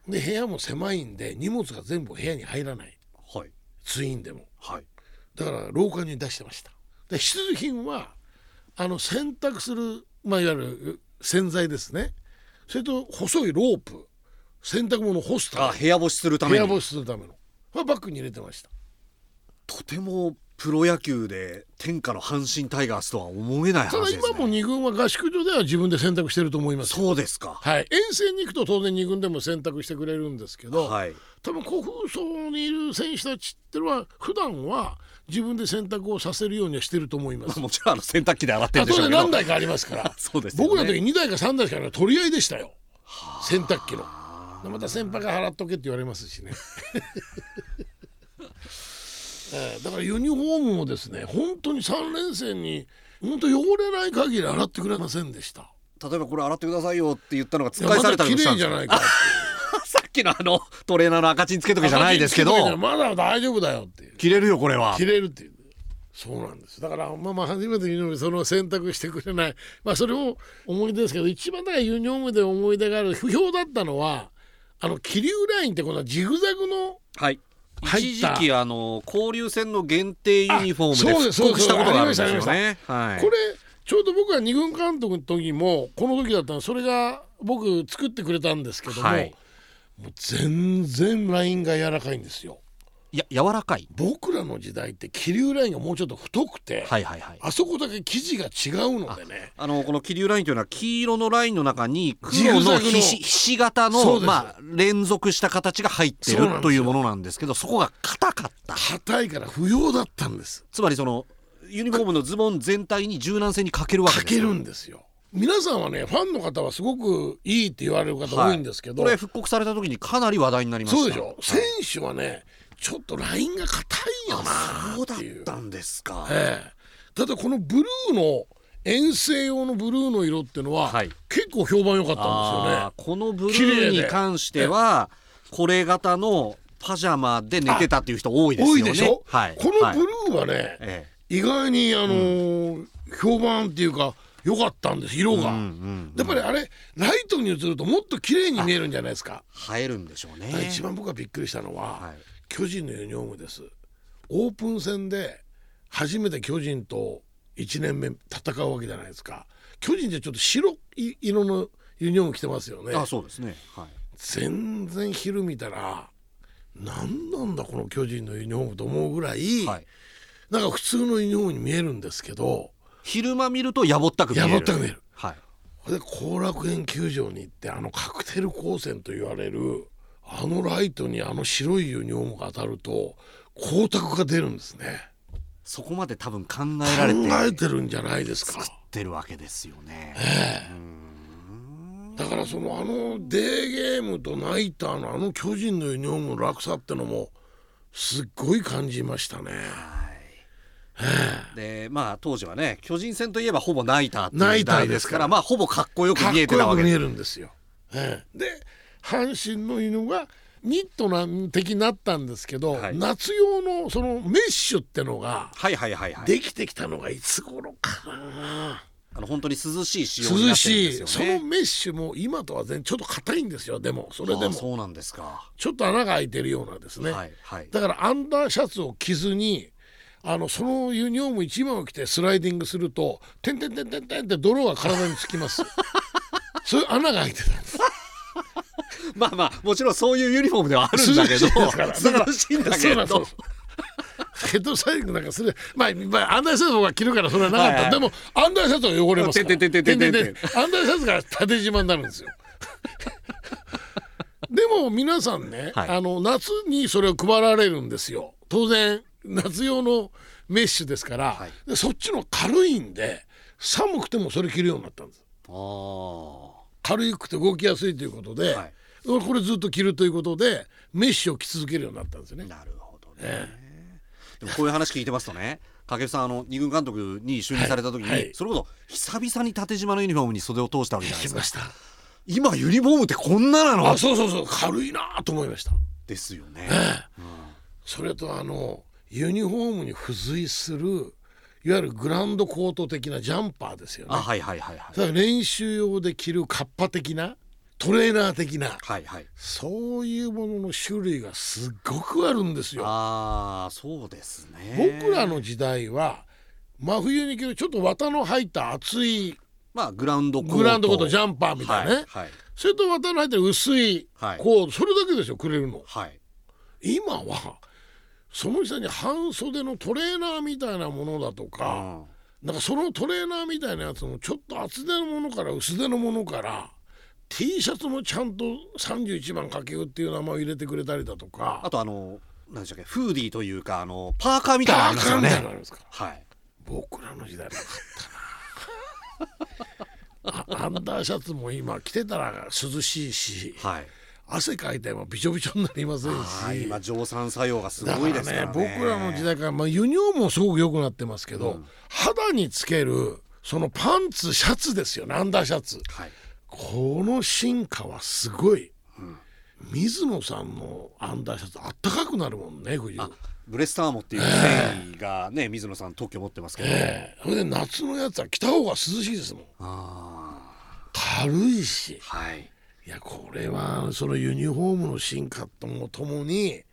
[SPEAKER 2] で部屋も狭いんで荷物が全部部屋に入らない
[SPEAKER 1] はい
[SPEAKER 2] ツインでも
[SPEAKER 1] はい
[SPEAKER 2] だから廊下に出してましたで必需品はあの洗濯する、まあ、いわゆる洗剤ですねそれと細いロープ洗濯物干すた
[SPEAKER 1] あ
[SPEAKER 2] め
[SPEAKER 1] 部屋干しするた
[SPEAKER 2] 部
[SPEAKER 1] め
[SPEAKER 2] 屋
[SPEAKER 1] に
[SPEAKER 2] 干しするためのこれバッグに入れてました
[SPEAKER 1] とてもプロ野球で天下の阪神タイガースとは思えない
[SPEAKER 2] ただ
[SPEAKER 1] 話です、ね、
[SPEAKER 2] 今も二軍は合宿所では自分で洗濯してると思いますよ
[SPEAKER 1] そうですか
[SPEAKER 2] はい、遠征に行くと当然2軍でも選択してくれるんですけど、
[SPEAKER 1] はい
[SPEAKER 2] 多分古風層にいる選手たちってのは普段は自分で選択をさせるようにはしてると思います。
[SPEAKER 1] もちろんあの洗濯機で洗ってる
[SPEAKER 2] あ
[SPEAKER 1] んで
[SPEAKER 2] 当
[SPEAKER 1] しょう
[SPEAKER 2] 然
[SPEAKER 1] けど
[SPEAKER 2] 何台かありますから
[SPEAKER 1] そうですよね
[SPEAKER 2] 僕らの時2台か3台しかない取り合いでしたよ洗濯機の。でまた先輩が払っとけって言われますしね。 えーだからユニフォームもですね本当に3連戦に本当汚れない限り洗ってくれませんでした。
[SPEAKER 1] 例えばこれ洗ってくださいよって言ったのが
[SPEAKER 2] い
[SPEAKER 1] 使
[SPEAKER 2] や
[SPEAKER 1] いさ
[SPEAKER 2] ま
[SPEAKER 1] れた
[SPEAKER 2] だ
[SPEAKER 1] りも
[SPEAKER 2] 綺
[SPEAKER 1] した
[SPEAKER 2] 麗
[SPEAKER 1] ん
[SPEAKER 2] じ
[SPEAKER 1] です
[SPEAKER 2] ゃ
[SPEAKER 1] か
[SPEAKER 2] ないかってい う。
[SPEAKER 1] さっきのあのトレーナーの赤チンつけとけじゃないですけど
[SPEAKER 2] まだ大丈夫だよっていう
[SPEAKER 1] 切れるよこれは
[SPEAKER 2] 切れるっていうそうなんですだからまあまあ初めてユニフォームその選択してくれないまあそれを思い出ですけど一番だからユニフォームで思い出がある不評だったのはあの気流ラインってこのジグザグの
[SPEAKER 1] はい
[SPEAKER 2] 入
[SPEAKER 1] 一
[SPEAKER 2] った
[SPEAKER 1] 時期あの交流戦の限定ユニフォー
[SPEAKER 2] あ
[SPEAKER 1] ム
[SPEAKER 2] そう
[SPEAKER 1] で
[SPEAKER 2] です
[SPEAKER 1] 復刻したことがあるんです
[SPEAKER 2] そうで
[SPEAKER 1] よ
[SPEAKER 2] すあり
[SPEAKER 1] ね。はい、
[SPEAKER 2] これちょうど僕が二軍監督の時もこの時だったのそれが僕作ってくれたんですけども,、
[SPEAKER 1] はい
[SPEAKER 2] もう全然ラインが柔らかいんですよ
[SPEAKER 1] いや柔らかい。
[SPEAKER 2] 僕らの時代って気流ラインがもうちょっと太くて、
[SPEAKER 1] はいはいはい。
[SPEAKER 2] あそこだけ生地が違うのでね
[SPEAKER 1] あのこの気流ラインというのは黄色のラインの中に
[SPEAKER 2] ジグ
[SPEAKER 1] 黒
[SPEAKER 2] ザ
[SPEAKER 1] の
[SPEAKER 2] グの
[SPEAKER 1] ひしひし形
[SPEAKER 2] そ
[SPEAKER 1] の
[SPEAKER 2] うです
[SPEAKER 1] まあ連続した形が入って
[SPEAKER 2] そうなんです
[SPEAKER 1] る
[SPEAKER 2] よ
[SPEAKER 1] というものなんですけどそこが硬かった
[SPEAKER 2] 硬いから不要だったんです
[SPEAKER 1] つまりそのユニフォームのズボン全体に柔軟性に欠けるわけ
[SPEAKER 2] か
[SPEAKER 1] です
[SPEAKER 2] け
[SPEAKER 1] よ
[SPEAKER 2] るんですよ皆さんはねファンの方はすごくいいって言われる方多いんですけど、
[SPEAKER 1] これ復刻された時にかなり話題になりました
[SPEAKER 2] そうでしょ選手はねちょっとラインが硬いよなっていう
[SPEAKER 1] なんですか
[SPEAKER 2] ええただこのブルーの遠征用のブルーの色ってのは、
[SPEAKER 1] はい
[SPEAKER 2] 結構評判良かったんですよ
[SPEAKER 1] あ
[SPEAKER 2] ね
[SPEAKER 1] ーこのブル
[SPEAKER 2] 綺麗
[SPEAKER 1] ー
[SPEAKER 2] で
[SPEAKER 1] に関してはこれ型のパジャマで寝てたっていう人多いですよ
[SPEAKER 2] 多
[SPEAKER 1] ね
[SPEAKER 2] いでしょ、
[SPEAKER 1] はい、
[SPEAKER 2] この
[SPEAKER 1] はい
[SPEAKER 2] ブルーはね、
[SPEAKER 1] ええ
[SPEAKER 2] 意外にあのー評判っていうか良かったんです色が、やっぱりあれライトに映るともっと綺麗に見えるんじゃないですか
[SPEAKER 1] 映えるんでしょうね
[SPEAKER 2] 一番僕がびっくりしたのは、
[SPEAKER 1] はい
[SPEAKER 2] 巨人のユニフォームですオープン戦で初めて巨人と1年目戦うわけじゃないですか巨人ってちょっと白い色のユニフォーム着てますよね
[SPEAKER 1] あそうですねはい
[SPEAKER 2] 全然昼見たら何なんだこの巨人のユニフォームと思うぐらい、
[SPEAKER 1] はい
[SPEAKER 2] なんか普通のユニフォームに見えるんですけど
[SPEAKER 1] 昼間見るとやぼったく見える
[SPEAKER 2] やぼったく見える
[SPEAKER 1] はい
[SPEAKER 2] で後楽園球場に行ってあのカクテル光線と言われるあのライトにあの白いユニフォームが当たると光沢が出るんですね
[SPEAKER 1] そこまで多分考えられて
[SPEAKER 2] 考えてるんじゃないですか
[SPEAKER 1] ってるわけですよね
[SPEAKER 2] だからそのあのデーゲームとナイターのあの巨人のユニフォームの落差ってのもすっごい感じましたね
[SPEAKER 1] でまあ当時はね巨人戦といえばほぼナイターっていう
[SPEAKER 2] ナイ
[SPEAKER 1] 時
[SPEAKER 2] ター
[SPEAKER 1] 代
[SPEAKER 2] で
[SPEAKER 1] ですす
[SPEAKER 2] か
[SPEAKER 1] かららまあほぼかっこよく
[SPEAKER 2] かっ
[SPEAKER 1] 見えてた
[SPEAKER 2] こよ
[SPEAKER 1] わ
[SPEAKER 2] く
[SPEAKER 1] け
[SPEAKER 2] 見
[SPEAKER 1] です
[SPEAKER 2] えるんですよ、ええで阪神の犬がニットなん的になったんですけど、
[SPEAKER 1] はい
[SPEAKER 2] 夏用のそのメッシュってのが
[SPEAKER 1] はいはいはいはい
[SPEAKER 2] できてきたのがいつ頃かな
[SPEAKER 1] あの本当に涼しい仕様になってるん
[SPEAKER 2] 涼
[SPEAKER 1] です
[SPEAKER 2] し
[SPEAKER 1] よ
[SPEAKER 2] い
[SPEAKER 1] ね
[SPEAKER 2] そのメッシュも今とは全然ちょっと硬いんですよでもそれで
[SPEAKER 1] ああ
[SPEAKER 2] も
[SPEAKER 1] そうなんですか
[SPEAKER 2] ちょっと穴が開いてるようなですね、
[SPEAKER 1] はいはい
[SPEAKER 2] だからアンダーシャツを着ずにあのそのユニフォーム一枚を着てスライディングすると「てんてんてんてんてん」って泥が体につきます そういう穴が開いてたんです
[SPEAKER 1] まあまあもちろんそういうユニフォームではあるんだけど涼しいんだけ
[SPEAKER 2] そうなん
[SPEAKER 1] ど
[SPEAKER 2] ですヘッドサイクなんかする、まあ、まあ、アンダーシャツの方が着るからそれはなかった、
[SPEAKER 1] はいはい
[SPEAKER 2] でもアンダーシャツは汚れますか
[SPEAKER 1] て
[SPEAKER 2] ら
[SPEAKER 1] んてんてんてんてんてん
[SPEAKER 2] アンダーシャツが縦縞になるんですよ でも皆さんね、
[SPEAKER 1] はい
[SPEAKER 2] あの夏にそれを配られるんですよ当然夏用のメッシュですから、
[SPEAKER 1] はい
[SPEAKER 2] でそっちの軽いんで寒くてもそれ着るようになったんです
[SPEAKER 1] あ
[SPEAKER 2] 軽くて動きやすいということで、
[SPEAKER 1] はい
[SPEAKER 2] これずっと着るということでメッシュを着続けるようになったんですよね
[SPEAKER 1] あなるほどね、でもこういう話聞いてますとね掛布さんあの二軍監督に就任された時に、
[SPEAKER 2] はいはい
[SPEAKER 1] それこそ久々に縦縞のユニフォームに袖を通したわけじゃないで
[SPEAKER 2] 着
[SPEAKER 1] す
[SPEAKER 2] ま
[SPEAKER 1] か
[SPEAKER 2] した
[SPEAKER 1] 今ユニフォームってこんななの
[SPEAKER 2] あそうそうそう軽いなと思いました
[SPEAKER 1] ですよね
[SPEAKER 2] それとあのユニフォームに付随するいわゆるグランドコート的なジャンパーですよ
[SPEAKER 1] あ
[SPEAKER 2] ね
[SPEAKER 1] はいはいはいはい
[SPEAKER 2] だから練習用で着るカッパ的なトレーナー的な
[SPEAKER 1] はいはい
[SPEAKER 2] そういうものの種類がすっごくあるんですよ
[SPEAKER 1] ああそうですね
[SPEAKER 2] 僕らの時代は真冬に着るちょっと綿の入った厚い
[SPEAKER 1] まあグラウンドコート
[SPEAKER 2] グランドコートジャンパーみたいなね、
[SPEAKER 1] はいはい
[SPEAKER 2] それと綿の入った薄い
[SPEAKER 1] はい
[SPEAKER 2] こうそれだけですよくれるの
[SPEAKER 1] はい
[SPEAKER 2] 今はその下に半袖のトレーナーみたいなものだとか、
[SPEAKER 1] うん
[SPEAKER 2] なんかそのトレーナーみたいなやつもちょっと厚手のものから薄手のものから T シャツもちゃんと31番かけうっていう名前を入れてくれたりだと
[SPEAKER 1] あ
[SPEAKER 2] か
[SPEAKER 1] とあの何でしたっけフーディーというかあのパーカーみたいなのありますよ
[SPEAKER 2] ダーカンみたいなの
[SPEAKER 1] ね
[SPEAKER 2] あるんですから
[SPEAKER 1] はい
[SPEAKER 2] 僕らの時代なかったな あアンダーシャツも今着てたら涼しいし
[SPEAKER 1] はい
[SPEAKER 2] 汗かいてもびちょびちょになりませんし
[SPEAKER 1] はい今蒸散作用がす
[SPEAKER 2] だか
[SPEAKER 1] ごい
[SPEAKER 2] ら
[SPEAKER 1] ですから
[SPEAKER 2] ね
[SPEAKER 1] ね
[SPEAKER 2] 僕らの時代から、まあ、ユニフォームもすごく良くなってますけど、肌につけるそのパンツシャツですよねアンダーシャツ
[SPEAKER 1] はい
[SPEAKER 2] この進化はすごい、水野さんのアンダーシャツあったかくなるもんね冬
[SPEAKER 1] あブレスターモっていう繊維がね、水野さん特許持ってますけど、
[SPEAKER 2] ええそれで夏のやつは着た方が涼しいですもん
[SPEAKER 1] あ
[SPEAKER 2] 軽いし
[SPEAKER 1] ーはい
[SPEAKER 2] いやこれはそのユニフォームの進化ともともに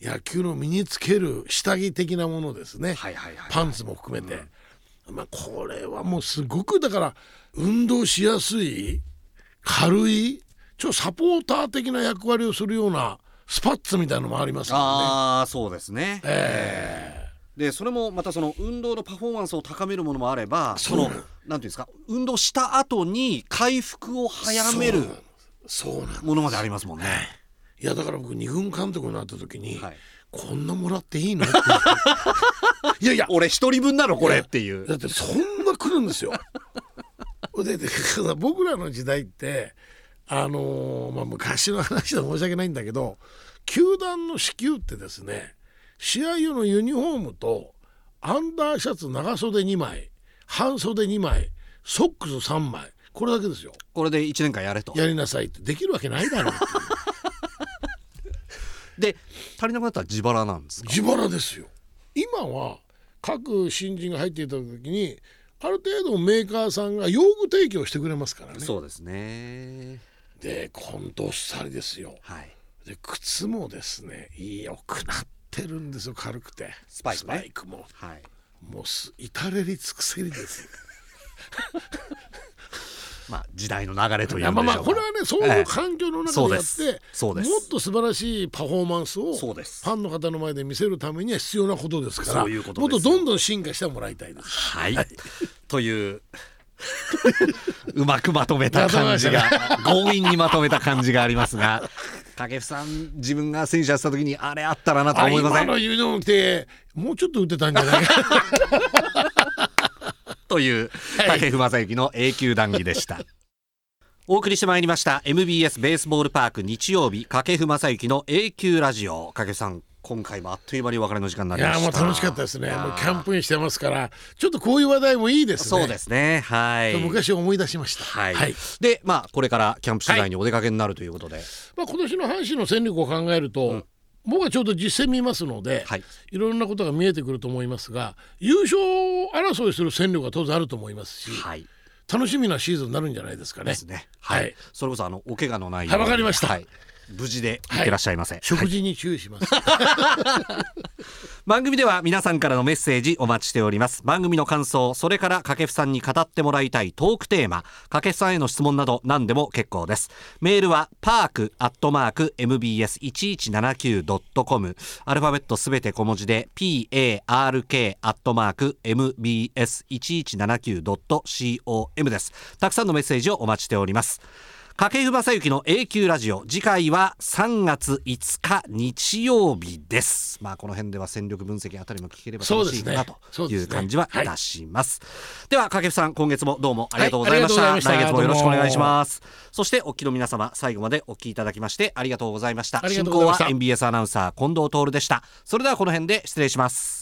[SPEAKER 2] 野球の身につける下着的なものですね、
[SPEAKER 1] はいはいはい
[SPEAKER 2] パンツも含めて、まあ、これはもうすごくだから運動しやすい軽いちょっとサポーター的な役割をするようなスパッツみたいなのもありますからね。
[SPEAKER 1] ああそうですね、
[SPEAKER 2] ええ
[SPEAKER 1] でそれもまたその運動のパフォーマンスを高めるものもあればその
[SPEAKER 2] そう
[SPEAKER 1] なんていうんですか運動した後に回復を早める
[SPEAKER 2] そうなん
[SPEAKER 1] ものまでありますもんね。
[SPEAKER 2] いやだから僕二軍監督になった時に、
[SPEAKER 1] はい
[SPEAKER 2] こんなもらっていいのって いやいや
[SPEAKER 1] 俺一人分なのこれっていう。
[SPEAKER 2] だってそんな来るんですよ。 で で僕らの時代ってあのーまあ、昔の話で申し訳ないんだけど球団の支給ってですね試合用のユニフォームとアンダーシャツ長袖2枚半袖2枚ソックス3枚これだけですよ
[SPEAKER 1] これで1年間やれと。
[SPEAKER 2] やりなさいってできるわけないだ ろうっていう
[SPEAKER 1] で足りなくなったら自腹なんですか。
[SPEAKER 2] 自腹ですよ今は各新人が入っていた時にある程度メーカーさんが用具提供してくれますからね
[SPEAKER 1] そうですね。
[SPEAKER 2] で今度っさりですよ
[SPEAKER 1] はい。
[SPEAKER 2] で靴もですね良くなってるんですよ軽くて
[SPEAKER 1] スパイクね
[SPEAKER 2] スパイクも
[SPEAKER 1] はい。
[SPEAKER 2] もうす至れり尽くせりですよ
[SPEAKER 1] まあ時代の流れと
[SPEAKER 2] い
[SPEAKER 1] いう
[SPEAKER 2] や
[SPEAKER 1] んで
[SPEAKER 2] まあ
[SPEAKER 1] しょ
[SPEAKER 2] まあ
[SPEAKER 1] う
[SPEAKER 2] これはねそういう環境の中でや
[SPEAKER 1] そうで
[SPEAKER 2] って
[SPEAKER 1] す、そうです
[SPEAKER 2] もっと素晴らしいパフォーマンスをフ
[SPEAKER 1] そうです
[SPEAKER 2] ァンの方の前で見せるためには必要なことですから
[SPEAKER 1] そういうことですよ
[SPEAKER 2] もっとどんどん進化してもらいたいです。
[SPEAKER 1] はい。といううまくまとめた感 じが強引にまとめた感じがありますが掛布さん自分が選手やってた時にあれあったらなと
[SPEAKER 2] あ
[SPEAKER 1] 思いませ
[SPEAKER 2] 今
[SPEAKER 1] ん
[SPEAKER 2] のユニフォーム着てもうちょっと打てたんじゃない か
[SPEAKER 1] という竹布正幸の永久談義でした。お送りしてまいりました MBS ベースボールパーク日曜日掛布正幸の永久ラジオ掛布さん今回もあっという間にお別れの時間にないりまし
[SPEAKER 2] や
[SPEAKER 1] た
[SPEAKER 2] もう楽しかったですね
[SPEAKER 1] いやー
[SPEAKER 2] もうキャンプインしてますからちょっとこういう話題もいいですね
[SPEAKER 1] そうですねはい
[SPEAKER 2] 昔を思い出しました
[SPEAKER 1] はい、でまあこれからキャンプ取材にお出かけになるということで、
[SPEAKER 2] まあ、今年の阪神の戦力を考えると、僕はちょうど実戦見ますので、
[SPEAKER 1] はいい、
[SPEAKER 2] ろんなことが見えてくると思いますが優勝争いする戦力が当然あると思いますし、
[SPEAKER 1] はい
[SPEAKER 2] 楽しみなシーズンになるんじゃないですかね
[SPEAKER 1] ですね
[SPEAKER 2] は
[SPEAKER 1] はいい、それこそあのお怪我のない
[SPEAKER 2] はいわかりました
[SPEAKER 1] はい無事でいってらっしゃいませ、
[SPEAKER 2] 食事に注意します、
[SPEAKER 1] 番組では皆さんからのメッセージお待ちしております番組の感想それから掛布さんに語ってもらいたいトークテーマ掛布さんへの質問など何でも結構ですメールはパークアットマーク mbs1179.com アルファベットすべて小文字で park アットマーク mbs1179.com ですたくさんのメッセージをお待ちしております掛布正幸の A 級ラジオ次回は3月5日日曜日ですまあこの辺では戦力分析あたりも聞ければ楽しいかな
[SPEAKER 2] そう
[SPEAKER 1] と
[SPEAKER 2] で
[SPEAKER 1] い
[SPEAKER 2] すね
[SPEAKER 1] う感じは
[SPEAKER 2] そうですねはい
[SPEAKER 1] いたしますでは掛布さん今月もどうもありがとうございました,、
[SPEAKER 2] はいありがとうござい
[SPEAKER 1] 来月もよろ
[SPEAKER 2] ました
[SPEAKER 1] しくお願いしますそしてお聞きの皆様最後までお聞きいただきましてありがとうございました
[SPEAKER 2] ありが
[SPEAKER 1] 進
[SPEAKER 2] とうご
[SPEAKER 1] 行
[SPEAKER 2] ざいま
[SPEAKER 1] は
[SPEAKER 2] した
[SPEAKER 1] MBS アナウンサー近藤徹でしたそれではこの辺で失礼します